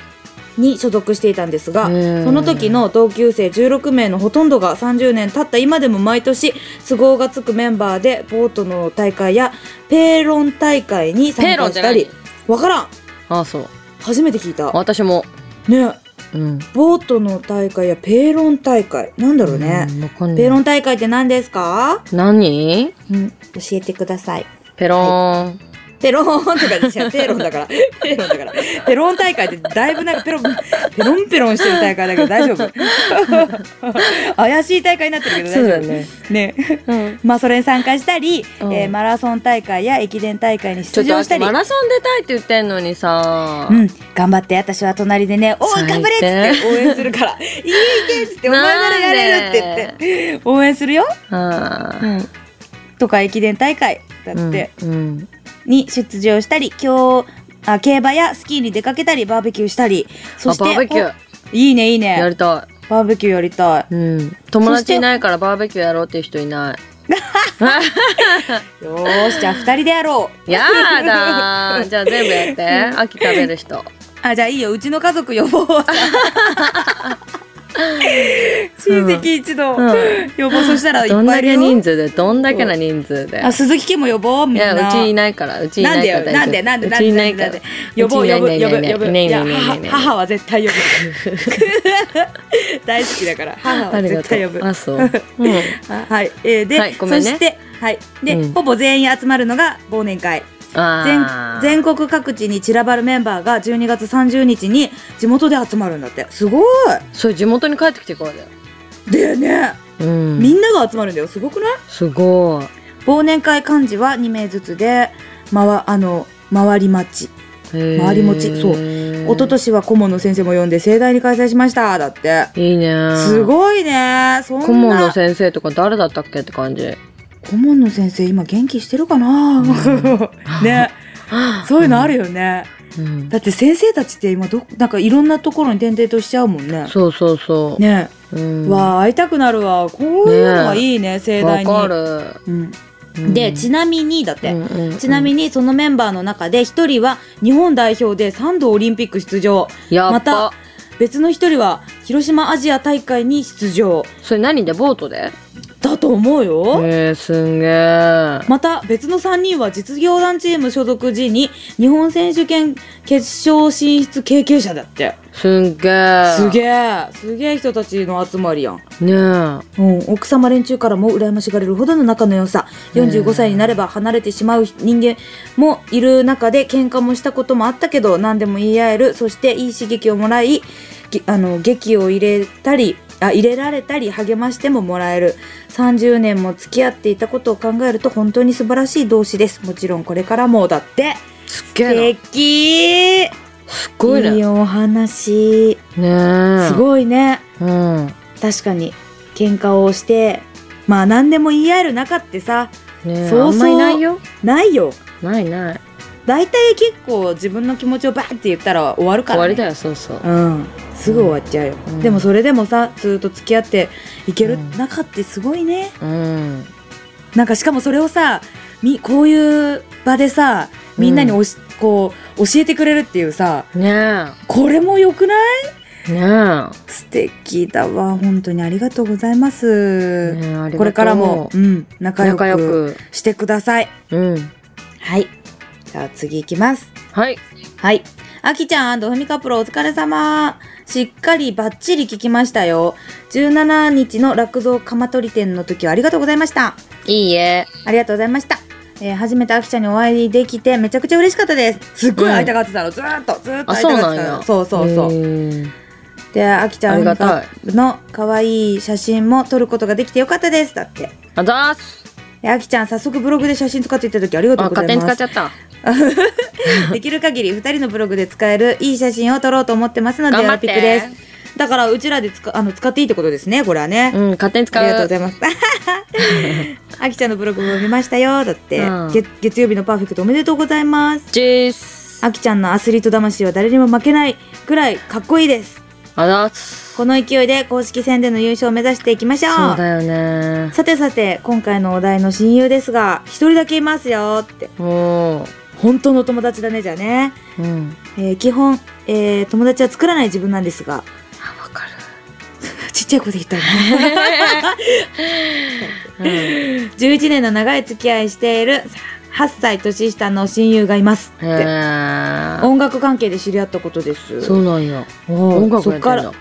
に所属していたんですが、そ
そ
の時の同級生16名のほとんどが30年経った今でも毎年都合がつくメンバーでボートの大会やペーロン大会に
ペ
参
ーロ
加
ンじ
し
ゃな
た
い
りわからん
ああそう
初めて聞いた
私も
ね
うん
ボートの大会やペーロン大会なんだろうね、
うんわかんない
ペーロン大会って何ですか、
何
うん、教えてください
ペローン
ペローンとかで しょ。ペロンだから。ペロンだから。ペロン大会ってだいぶなんかペロン、ペロンペロンしてる大会だけど大丈夫。 怪しい大会になってるけど大丈夫。
ね
ね。まあそれに参加したり、
うん
えーマラソン大会や駅伝大会に
ちょ
出
っと
場した
私
り
マ。ラソン出たいって言ってんのにさ
うん、頑張って、私は隣でね、おい、
最低
頑張れっつって応援するから、 いいいけっつって、お前ならやれるって言って、 応援するよ、
あ
う
ー
ん、とか駅伝大会だって、
うん
に出場したり競あ競馬やスキーに出かけたりバーベキューしたりそ
あ
して
バーベキュー
おいいねいい
や
ね
りた
バーベキューやりたい
いうん友達いないからバーベキューやろうっていう人いない
よーしじゃあ二人でやろう
やだ ーじゃあ全部やって秋食べる人
あじゃあいいようちの家族呼ぼ う親戚一同、
うん
呼ぼうそしたらいっ
どん
ぱ
だ
いいる
け
よ
人数でどんだけな人数で
あ鈴木家も呼ぼうみ
い
んな
やうちいないからうちい
な
なん
で
いか
よ
ら大丈夫
なんでなんで
う
なん
ち
で
い
な
なんい
で
か
なん
ら
で呼ぼう
うち
呼
い
ぶ
ない
呼ぶ呼ぶ
ねえねえねえねえ
いや
ねえねえねえ
母母は絶対呼ぶ大好きだから母
あ
は
りが
絶対
と
呼ぶ
う。あ、そう。うん。
あはい、えーで、
はいごめんね
そして、はい、で、
うん
ほぼ全員集まるのが忘年会。全
あー
全国各地に散らばるメンバーが12月30日に地元で集まるんだって。すごい。
それ地元に帰ってきてからだよ。
だよね。
うん
みんなが集まるんだよ。すごくない？
すごい。
忘年会幹事は2名ずつで、まわあの回り待ち。周り持ちそう
う
一昨年は顧問の先生も呼んで盛大に開催しました。だって。
いいね。
すごいね。そんな
顧問の先生とか誰だったっけって感じ。
顧問の先生今元気してるかな？ ね、そういうのあるよね。
うん。
だって先生たちって今どなんかいろんなところに転々としちゃうもんね。
そうそうそう。
ね、
うん。
わあ会いたくなるわこういうのはいいね盛
わ
大に。
かる。
うん
うん
でちなみにだって、
うんうんうん
ちなみにそのメンバーの中で1人は日本代表で3度オリンピック出場
や
ま
ったぱ。
別の1人は広島アジア大会に出場
それ何でボートで
だとと思うよ。
えー、すんげー。
また別の3人は実業団チーム所属時に日本選手権決勝進出経験者だって
すんげー。
すげえすげえ人たちの集まりやん、
ね
う
え。
ん、奥様連中からも羨ましがれるほどの仲の良さ45歳になれば離れてしまう人間もいる中で喧嘩もしたこともあったけど何でも言い合えるそしていい刺激をもらいぎあの劇を入れたりあ入れられたり励ましてももらえる30年も付き合っていたことを考えると本当に素晴らしい同志ですもちろんこれからもだって
すっげえ
素
な。
敵
すっごいね。
いいお話、
ねえ。
すごいね
うん。
確かに喧嘩をしてまあ何でも言い合える仲ってさ
ねえ。
そうそう
あんまいないよ。
ないよ
ないない。
大体結構自分の気持ちをバーって言ったら終わるか
終
ら、
わ
ね、
りだよ、そうそう。
うんすぐ終わっちゃうよ、
うん
でもそれでもさずっと付き合っていける
うん
仲ってすごいね、
うん。
なんかしかもそれをさみこういう場でさみんなにおし、こう教えてくれるっていうさ
ね
これも良くない
え。ね
素敵だわ本当にありがとうございま
え。
す、
ねえありがとう
これからも、うん、仲良
仲良
く
く。
してください
うん。
はいじゃあ次いきます
はい。
はい。あきちゃんふみかプロお疲れ様。しっかりバッチリ聞きましたよ。17日の落蔵鎌取店の時はありがとうございました。
いいえ。
ありがとうございました。えー初めてあきちゃんにお会いできてめちゃくちゃ嬉しかったです。すっごい会いたがってたの。ずーっと、ずーっと
あ、
会いた
そう
がっ
な
て
ん
たの。
や。
そうそうそう。
へえ
で、あきちゃ
あ
ん
りが
か
たい。
の可愛い写真も撮ることができてよかったです。だって。
あざーす。
えあきちゃん早速ブログで写真使っていただきありがと
あ、
うござ
勝
い
手に
ます
使っち。ゃった。
できる限り2人のブログで使えるいい写真を撮ろうと思ってますので
頑張
ラ
って
ピクですだからうちらでつかあの使っていいってことですねこれはね、
うん、勝手に使
あ
う。
りがとうございます あきちゃんのブログも見ましたよだって、
うん
月月曜日のパーフェクトおめでとうございます
チース。
あきちゃんのアスリート魂は誰にも負けないくらいかっこいいです
あざーす。
この勢いで公式戦での優勝を目指していきましょう
そうだよね。
さてさて今回のお題の親友ですが一人だけいますよって
も
本当のお友達だねじゃあね
う、うん。
えー基本、えー友達は作らない自分なんですが、
あ、わかる。
ちっちゃい子で言ったね。
う ん
11年の長い付き合いしている8歳年下の親友がいますっ
へ
て。
ー
音楽関係で知り合ったことです。
そうなんや。
音
音楽や
そっから、
っ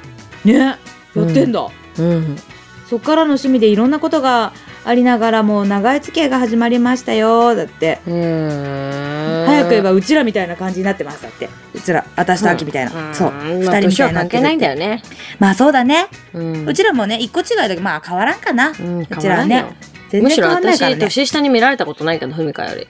ね、やってんだ。
てんだ。うん。
そっからの趣味でいろんなことがありながらも長い付き合いが始まりましたよ。だって。
へー
早く言えばうちらみたいな感じになってますだってうちら私と秋みたいな、
ん
そう
うん
二
まあ
人み
年
たい
は
になっ
関
て
係
る
ない
っ
ん
て
だよね。
まあそうだね、
うん
うちらもね一個違いだけどまあ変わらんかな、
うん
うちらはね
変わらんよ
全
む
然
し
変
ろ
わんないから
私、
ね
年下に見られたことないけど、ふみかより。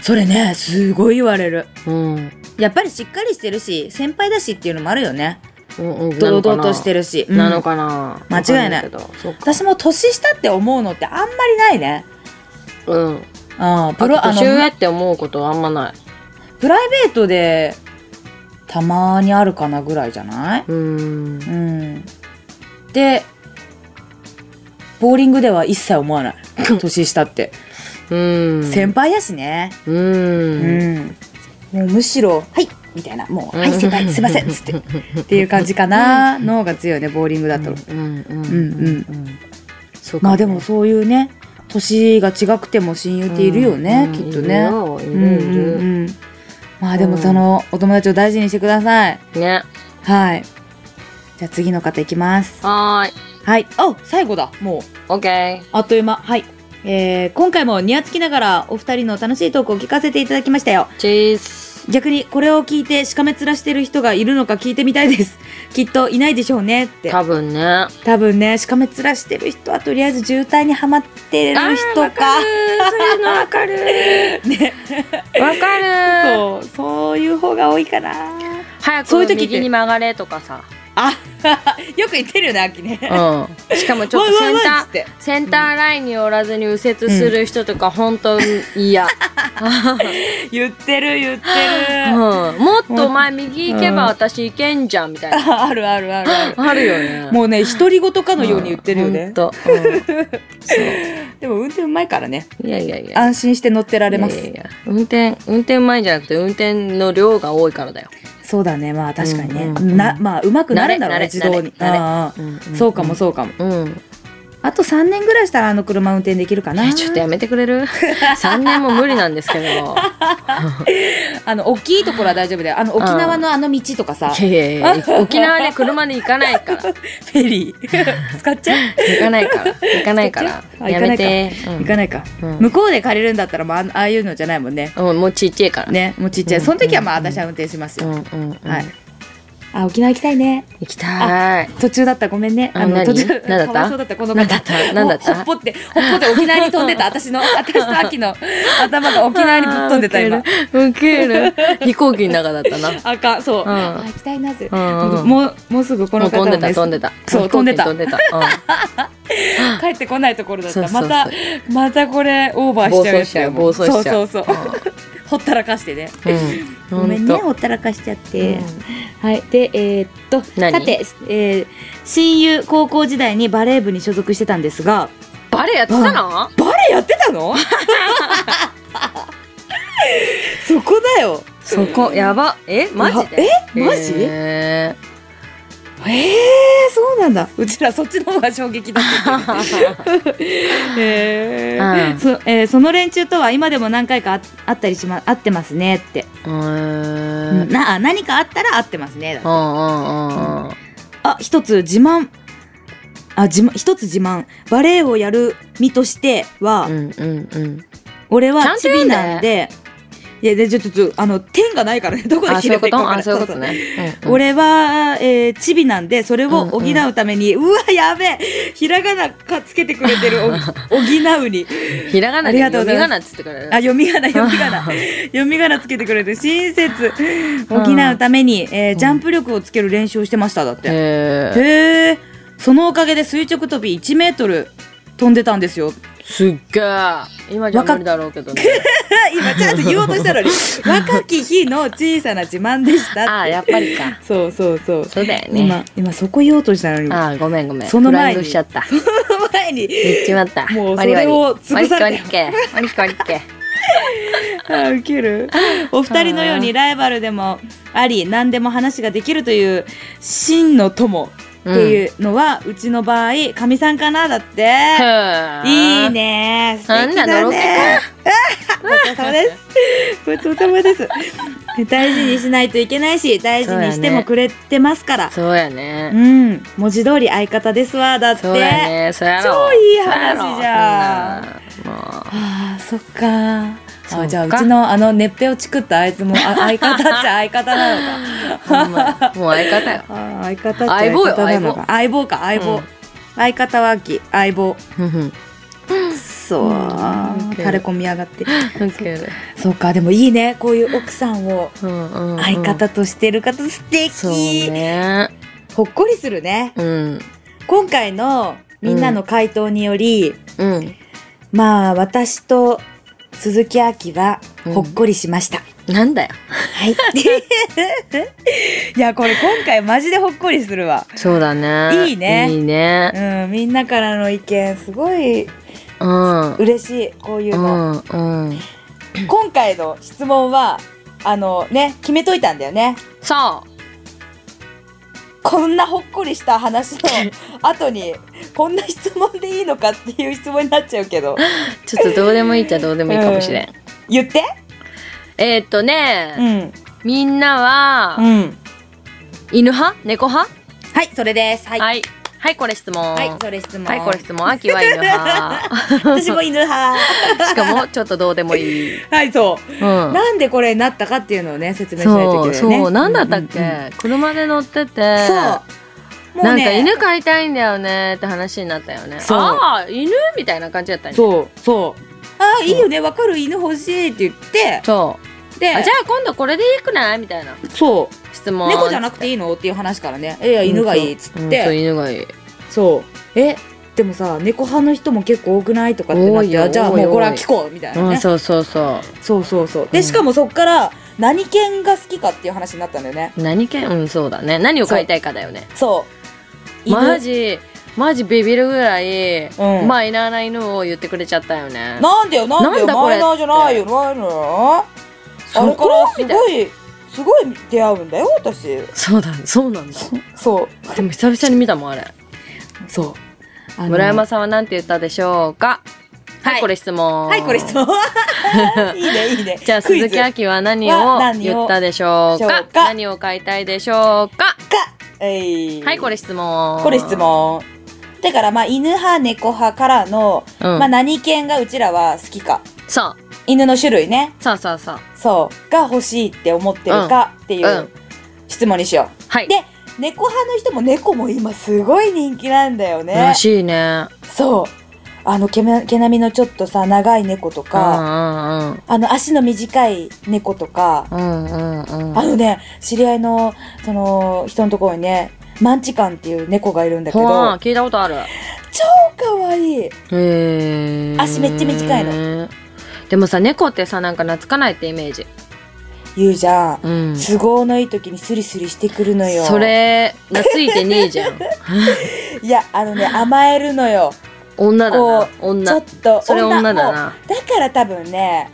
それねすごい言われる
うん。
やっぱりしっかりしてるし先輩だしっていうのもあるよね
うんうん
堂々として
る。
るし、うん
なのかな
間違いない
わかんけどそうか。
私も年下って思うのってあんまりないね
うん。
うんプ
あ
ロ
と
あ
年上
の
って思うことはあんまない。
プライベートでたまにあるかなぐらいじゃない
うん。
うんでボーリングでは一切思 わない年下って、
うん。
先輩やしね
う。
うんん、もうむしろ「はい」みたいな「もう
うん
はい先輩すいません」っつってっていう感じかなの方が強いねボーリングだと、
うん
う
うん
ん
うん。そうか
まあでもそういうね年が違くても親友っているよね、
うん
きっとね
い
うん
るよいるいる
うんうんまあでもそのお友達を大事にしてください
ね。
はいじゃあ次の方いきます
はーい。
はいあ最後だもう
オッケ
あっという間はいえー、今回もニヤつきながらお二人の楽しいトークを聞かせていただきましたよ
ー。チーズ。
逆にこれを聞いてしかめ面してる人がいるのか聞いてみたいです きっといないでしょうねって
多分ね。
多分ねしかめ面してる人はとりあえず渋滞にはまってる人か
そういうのわかる。ね。わか
そ
る。
うそういう方が多いかな
早
そういう時
く
って
右に曲がれとかさ。
あ よく言ってるよね秋ね
うん。しかもちょっと
わいわい
セン
わい
タ
っつっ
ー。
て
センターラインに寄らずに右折する人とか本当に嫌、
言ってる言って
うん、
る
もっとお前右行けば私行けんじゃんみたいな、
あるあるある ある
あるよね
もうね独り言かのように言ってるよ
ほん
ね
とうんそう
でも運転うまいからね
いやいやいや
安心して乗ってられま
いやい
す
やいや運転運転前じゃなくて運転の量が多いからだよ、
そうだねまあ確かにね
うんうんうん
なまあうまくなるんだろうね
慣れ
自動に
慣れ慣れ
ああ
うん
そうかもそうかも
うん
あと3年ぐらいしたらあの車運転できるかな
えちょっとやめてくれる3年も無理なんですけどい
あの大きいところは大丈夫であの沖縄のあの道とかさ
やいやいや沖縄で車で行かないから行
フェリー 使っちゃう
かないから行かないから
あ
や
行かな
め
いか
てうん
行かないか、
うん
向こうで借りるんだったらもうあああいうのじゃないもんね
うんもうちっちゃいから
ねもうちっちゃい、
うん
その時はまあ私は運転します
う
よ、
んうんうん
はいあ沖縄行きたいね
行きたい
途中だったごめんね
あ
あの
何
途中
何だった
かわいそうだったこの
何だった何だった
ほっぽってほっぽって沖縄に飛んで た私の私と秋の頭が沖縄にぶっ飛んでた今
ウケるウケる飛行機の中だったな
あかんそう、
うん
あ行きたいなぜ、
うんうん
もうもうすぐこ
も
の
う飛
方
ん
も
で
ね
た飛んでた
そう飛んでた
飛んでた、うん
帰ってこないところだった
そうそうそ
ま
う
たまたこれオーバーしちゃうやつだよ
暴走しちゃう
もそうそうそうほったらかしてね
うん、
ごめんね
ほと
ほったらかしちゃって、
うん
はいでえーっと
何
さて、えー親友高校時代にバレー部に所属してたんですが
バレエやってたの、
バレーやってた のそこだよ
そこやばえマジで
えマジ
え
へえそうなんだうちらそっちの方が衝撃だったけど へー
うん
そえーその連中とは今でも何回かあ会ったりしま会ってますねって、
ー、うんうん
なあ何かあったら会ってますねだって
うんうん
あ一つ自慢あ自慢一つ自慢バレエをやる身としては、
うんうんうん
俺
ちゃ
は
んと
チ
言う
ビ
ね
なんでいやでちょっとちょっとあの点がないからねどこで
あ
切
そうい
れ
うこ
て
と
か
あそういうこ
そう
と
そう
ねうんうん
俺は、えー、チビなんでそれを補うために、うわやべえひらがなかつけてくれてるお 補うに
ひらがな
あ
で
りがとう
読
ございます
みがなっつってくれる
あ読みがな読みがな 読みがなつけてくれて親切補うために、えージャンプ力をつける練習をしてましただって、
へ
へ
え
えそのおかげで垂直跳び1メートル飛んでたんですよ
すっげえ今じゃ無理だろうけどね
今ちゃんと言おうとしたの に若き日の小さな自慢でしたって
あやっぱりか
そうそうそう
そうだよね
今今そこ言おうとしたのに
あごめんごめん
その前に
フラインドしちゃった
その前に
言っちまった
もうそれを潰され
て割りっけ割りっ け割りっけ割りっけ
あウケるお二人のようにライバルでもあり何でも話ができるという真の友っていうのは、うちの場合かみさんかなだって
へ
い
え
いね素
あん
敵
なの
だ
ろけ
ねごちそうさまですごちそうさまです大事にしないといけないし大事にしてもくれてますからう,、
そうやね
ん文字通り相方ですわだって
そうやねそうやろ
超いい話じゃん
そうやろそんなも
ああそっか
そっか
あじゃあうちのあの熱ぺをチクったあいつも あ相方っちゃ相方なのか
うほんまやもう相方よ
あー相方っちゃ相
相棒よ
方なのか相棒か相棒、
うん
相方は秋相棒
うんう
く
ん
そー
うん
垂れ込みやがって
ウケる
そうかでもいいねこういう奥さんを
うんうんうん
相方としてる方素敵、
そうね
ほっこりするね
うん
今回のみんなの回答により、
うん
まあ私と鈴木亜希はほっこりしました、
なんだよ
はい。 いや、これ今回マジでほっこりするわ。
そうだね
いいね
いいね
うん、みんなからの意見、すごい
うんうん
嬉しい、こういううの。
ん
今回の質問は、あのね、決めといたんだよね。
そう
こんなほっこりした話の 後に、こんな質問でいいのかっていう質問になっちゃうけど、
ちょっとどうでもいいっちゃどうでもいいかもしれん。
言って。
えーっとね、
ん。
みんなは、
うん。
犬派猫派
はい、それです。はい。
はい。はい、これ質問。
はい、それ質問。
はい、これ質問。秋は 犬派。
私も犬派。
しかも、ちょっとどうでもいい。
はい、そうう。
ん。
なんでこれになったかっていうのをね、説明しないといけな
そう、
いよね。
そう、なんだったっけ、
うんうんうん
車で乗ってて。
そう。も
な
うん
か
ね、
犬飼いたいんだよねって話になったよね。
そう
ああ、犬みたいな感じだったね。
そう、そう。ああ、いいよね、わかる犬欲しいって言って、
そう。
で、
あじゃあ今度これでいいくないみたいな
そう、
質問。
猫じゃなくていいのっていう話からね、いや、犬がいいっつっ
うんそう、
て、
犬がいい。
そう。え、でもさ、猫派の人も結構多くないとかってなっ
多いよ
て、あじゃあ
多
も
い多
う
い、
これは聞こうみたいうなんね。
そうそうそ
そうそうそう。
う
で、
ん
しかもそっから、何犬が好きかっていう話になったんだよね。
う。何犬うん、そうだね。何を飼いたいかだよね。
そう。犬
マジマジビビるぐらい、
うん
マイナーな犬を言ってくれちゃったよね
なんだよ、なんだ
なん
よ、
だこ
マ
れ
イナーじゃないよ、ないのよ。あれ
そ
か
こ
らす
みたいな
ごい、すごい出会うんだよ、私。
そうだそうなんだ
そう。
でも久々に見たもんあれ
そう。あの
村山さんは何て言ったでしょうかはい、
はい
これ質問。
はい、これ 質問。いいね、いいね。
じゃあ、
クイズ
鈴木亜希は何
は
を
何を
言ったでしょう
し
か
ょうか
何を買いたいでしょう
か、
か
えい
はい、これ質問。
これ質。問。だから、まあ、犬派、猫派からの、
うん。
まあ、何犬がうちらは好きか。
そう。
犬の種類ね。
そうそうそう。。
そう。が欲しいって思ってるかっていううん質問にしよう。
はい。
で、猫派の人も猫も今すごい人気なんだよね
ら。しいね。
そう。あの毛な、毛並みのちょっとさ、長い猫と
う
か、
ん
あの、足の短い猫とか、
うんうん。うんうんうん。
あのね、知り合いの、その、人のところにね、マンチカンっていう猫がいるんだけ
ほ
ど
わ、聞いたことある。
超可愛い
へえ。
足めっちゃ短い
の。でもさ、猫ってさ、なんか懐かないってイメージ。
言うじゃん。
うん。
都合のいい時にスリスリしてくるのよ。
そ。れ、懐いてねえじゃん。
いや、あのね、甘えるのよ。
女だな
こ。ちょ
女
っ。と、
それ女
も
だ
うだ
な。
から多分ね、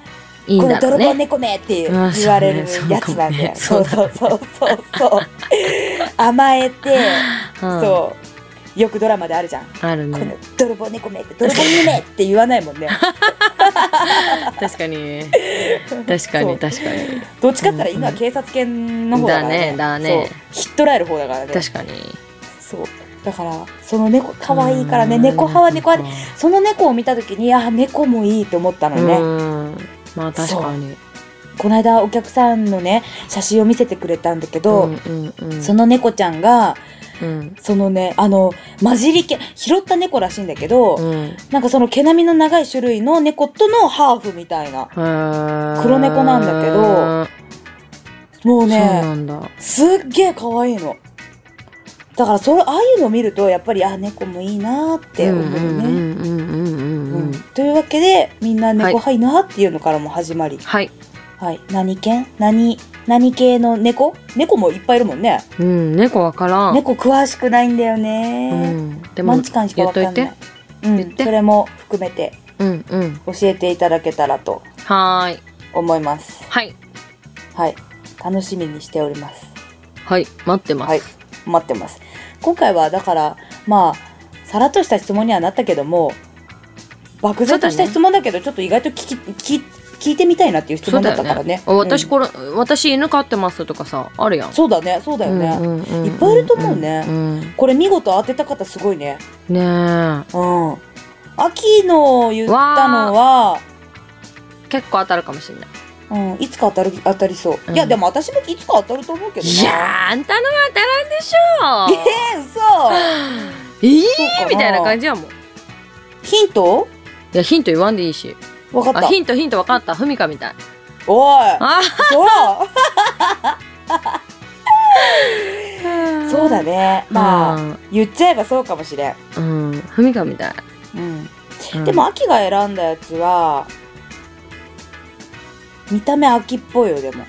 いいん
こ
だ
の
ろう
泥棒
ね。
猫めって
うん
言われる
そうね
やつなんだよ。
そ
そうう
かも
そ
ね
うそうそう そう。甘えて、
うん
そう。よくドラマであるじゃん。こ
ある
の
ね。
泥棒猫めって、泥棒犬めって言わないも んね。
確 かに。確か
そ
に、
う
確かに。
どっちかって言ったら今は警察犬の方だからね。
だねだね
そう。引っ取られる方だからね。
確かに。
そう。だから、その猫、可愛いからね、
うん
猫派は猫派で、その猫を見た時に、あ、猫もいいと思ったの
う
ね。
ん。まあ、確かに。
この間お客さんのね、写真を見せてくれたんだけど、
んうんうん
その猫ちゃんが、
うん
そのね、あの、混じり毛、拾った猫らしいんだけど、
うん
なんかその毛並みの長い種類の猫とのハーフみたいな。
黒
黒猫なんだけどもう
そう
ね、
なんだ。
すっげえ可愛いの。だからそれ、ああいうのを見ると、やっぱり、あ、猫もいいなーって思うね。
うんうんうんうんうんうん。
というわけでみんな
はい
猫派いなっていうのからも始まり、
はい。
はい何犬何何系の猫猫もいっぱいいるもんね、
うん、猫わからん。
猫詳しくないんだよ
う
ね、
ん。で
マ
も
ンチ、カンしかわかんな
言
い
っ
うん
言って
それも含めて
うんうん。
教えていただけたらと
はーい。
思います
はい。
はい楽しみにしております
はい。待ってます。
はい待ってます今回はだからまあさらっとした質問にはなったけども漠然とした質問だけどちょっと意外と聞き聞き聞いてみたいなっていう質問だったからね
あ私
うん
これ、私犬飼ってますとかさ、あるやん。
そうだね、そうだよね。
うんうんうんうん
いっぱいいると思うね
ん
これ見事当てた方すごいね。
ねえ。わ
うん。秋の言ったのは、
ー結構当たるかもしれない。
うん、いつか当たる当たりそう。
うん
いや、でも私もいつか当たると思うけどな。
いやー、あんたのは当たらんでし
え
ょ
ー、 嘘
えー
そうかな
みたいな感じやもん。い
ヒント
や、ヒント言わんでいいし。
わかっ
あ、
た。
ヒントヒント分かった。ふみかみたい。
おい
あ
そうそうだ
ね。
ね。まあ、言っちゃえばそうかもしれん。
あ。うん。ふみかみたい。
うん。
うん
でも、秋が選んだやつは、見た目秋っぽいよ、でも。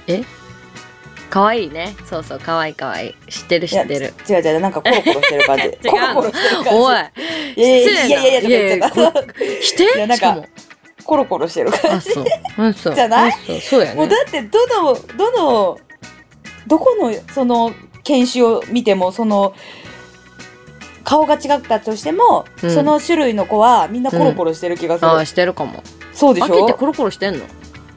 可愛いね。そうそう、可愛い可愛い。知ってる知ってる。
いや違う違う、なんかコロコロしてる感
違う
じ。コロコロしてる感じ。
お
い
い。
やい
失礼な
やいやいやいやいや
いやいやこ否定
いやなん
しか
か
も。
コロコロしてるから
あ、そう。うん、そう。
じゃない
うんそうそうや
もう
ね
だ。ってどのどのどこのその犬種を見てもその顔が違ったとしても、
うん
その種類の子はみんなコロコロしてる気がする、
あー、してるかも。
そうでし
秋っ
ょ
てコロコロしてんの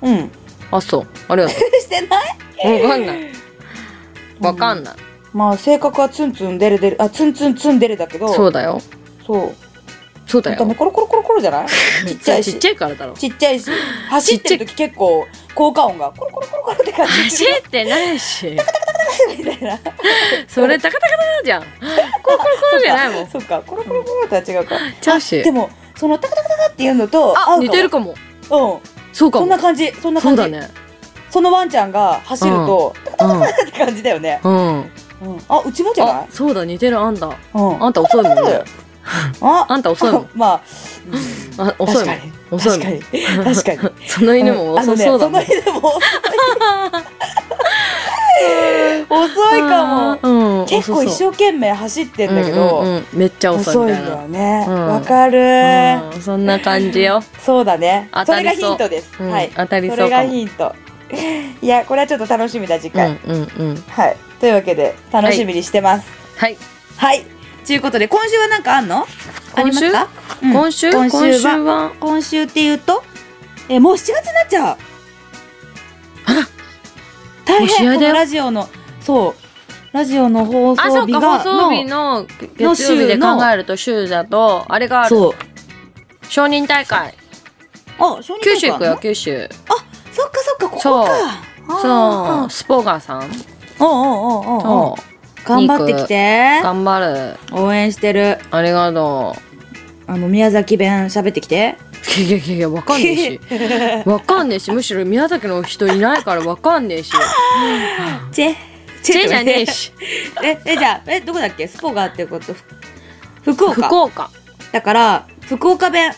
うん
あ、そう。ありがと。
してないう
わかんない。わかんない。
まあ性格はツンツンデレデレあツンツンツンデレだけど
そううだよ。
そう
そうだ
見た目
よ。
コロコロコロコロじゃないちっちゃい
ちっ
し
ちゃいからだろ。
ちっちゃいし走ってる時結構効果音がコロコロコロコロって感じ
走ってないし。
みたいな
それ、タカタカタカ じゃん。コロコロコロじゃないもん。
そっかコロコロコロとは違うか
チャーシ
で
ー。
もそのタカタカタカっていうのと合うか
あ、
も
似てるかも。
うん
そうか
そんな
も。
感じそんな
そ
感
う
じ
だね。
そのワンちゃんが走ると、タカタカタカって感じだよね、
うん。うん。
うん、あうちもじゃない
あ、そうだ、似てる、あんた。
うん
あんた遅いもんね。
あ
あんた遅いもん。
まあ
あ、遅
確
いも
かに
ん。遅い
確
も
か
ん
に確かに
その犬も
うんあ
遅
のね
そうだ
そ
も
の。
ん
犬も 遅いかも
も。
結構一生懸命走ってんだけど、
うんうんうんめっちゃ遅
遅い
いみ
ん
た
だよ
い
ね
うん
わ、かる、
な。うんそんな感じよ。
そうだね
当
そ
た
れ
り
が
そう
ヒントです、
うん
はい
当たりそ
そう
かも
れがヒント いやこれはちょっと楽しみだ次
うん
回、
うんうん。
はいというわけで楽しみにしてます
はい。
はい、ということで今週は何かあんのありますかうん
今週
今
今
週
週
は
は
今週っていうとえもう7月になっちゃう大変この
もう試合だよ
ラジオのそうラジオの放
あ、
送
そう
日
か、
が
放送日
の
の月曜日で考えると週だと、あれがある。
そう
承認大会。
あ小児科
九州行く
な
よ、
の
九州。
そっかそっかここか
そうそ
あ
う、スポガーさん。
ーおうおうおうおう
そう。
頑張ってきて
頑張る。
応援してる
ありがとう。
あの宮崎弁喋ってきて
いやいやいや、わかんねえし。 わかんねえし、むしろ宮崎の人いないからわか んねえし。
チェチ
チェじゃねえし。
ええじゃあえどこだっけスポガーってことふ 福岡
福岡。
だから福岡弁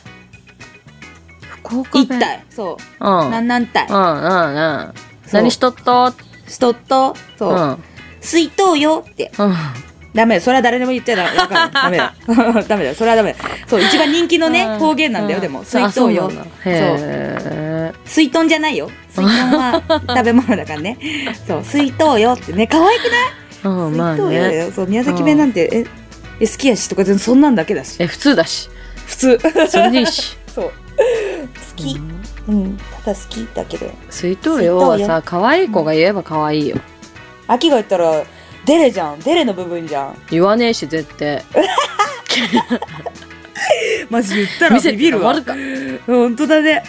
福岡
一
弁。
体そう
うん。うんうん
なんなん体
うん。
そう
何しとっと
しとっと
う
そう、
ん。うん。
水筒よってダメそれは誰でも言っちゃダ メだからダメだ ダメだそれはダメだそう一番人気のね
う
方言なんだよでも水筒
あ
よ
そうなん
そ
だ
う
へえ。
水筒じゃないよ水筒 は食べ物だからねそう水筒よってね可愛くない
うん、まあ
水筒よだ
ね。
よそう宮崎弁なんてええ好きやしとか全然そんなんだけだし
え、普通だし。
普通
それでいいし。
そう好きうんただ好きだけど
水筒よは
水筒
さ、可愛い子が言えば可愛いよ。
秋が言ったらデレじゃんデレの部分じゃん
言わねえし、絶対。
マジ言った
見せて終わるか。
本当だね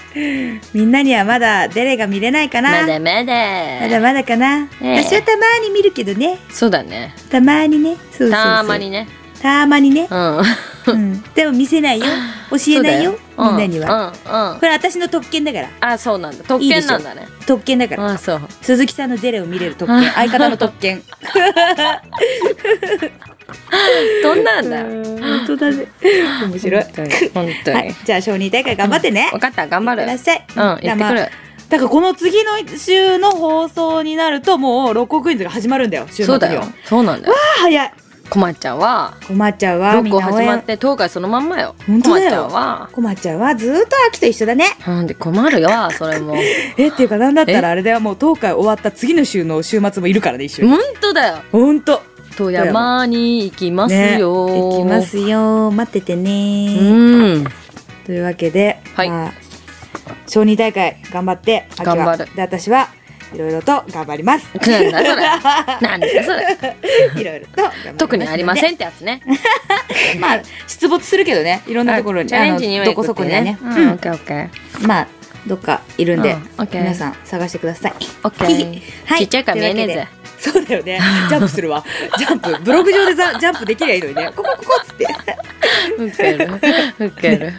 みんなにはまだデレが見れないかな
まだま
まだ
だ。
まだかな、
ええ
私はたまに見るけどね
そうだね。
たまにねそうそうそう
たまにね。
たまに ね、
うん。
うん、でも見せないよ教えないよ
そうだ
みんなには、
うんうん
これ私の特権だから
あそうなんだ特権なんだね
特権だから
あそう
鈴木さんのデレを見れる特権相方の特権
どんなんだよ
本当だね面白い
本当に本当
は
に
いじゃあ小児大会頑張ってね、
分かった頑張
い
る
って
う
ら
ん
っしゃい、じゃ
行
あ
って
まあ
くる
だからこの次の週の放送になるともう六甲クイーンズが始まるんだよ週末
そうだよ
あ
そうなんだよ
あ早い
こまちゃんは
困っちゃうわ
六
みん
個
な応
始まっ
援
て東海そのまんまよ
本当
こま
だ
ちゃ
よ
んは
困っちゃうわずーっと秋と一緒だね
なんで困るよそれ も
えっていうかなんだった
え
らあれではもう東海終わった次の週の週末もいるからね一緒に
本当だよ
ほんと
富山に行きます
ね
よ
行きますよ待ってて
う
ね
ん
というわけで、
はい
まあ、小児大会頑張って秋は
頑張る
で私はいろいろと頑張り ます
なんだそれなんだそれ
いろいろと頑張ります
特にありま
ん
せんってやつね
まあ出没するけどねいろんなところに
チャレンジに
あ
は
のど
行
こ
く
そ
っ
こ
ていう
にはね
ね、うんオッケーオッケー
うんまあどっかいるんで、
うんオッケー
皆さん探してください
オッ
ひ
ケー
ひはい
ちっちゃいから見えねえぜ
そうだよ ねジャンプするわジャンプブログ上でザジャンプできりゃいいのにねここここっつって
ウケるウケる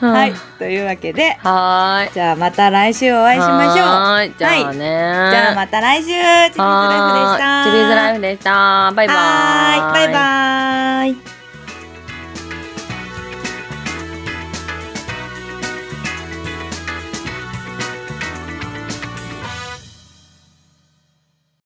は
はい
というわけで
はーい
じゃあまた来週お会いしましょう
はーいじゃあね
じゃあ
ま
また来週チビーズライフでした
チビーズライフでしたバイバーイ
はーいバイバーイ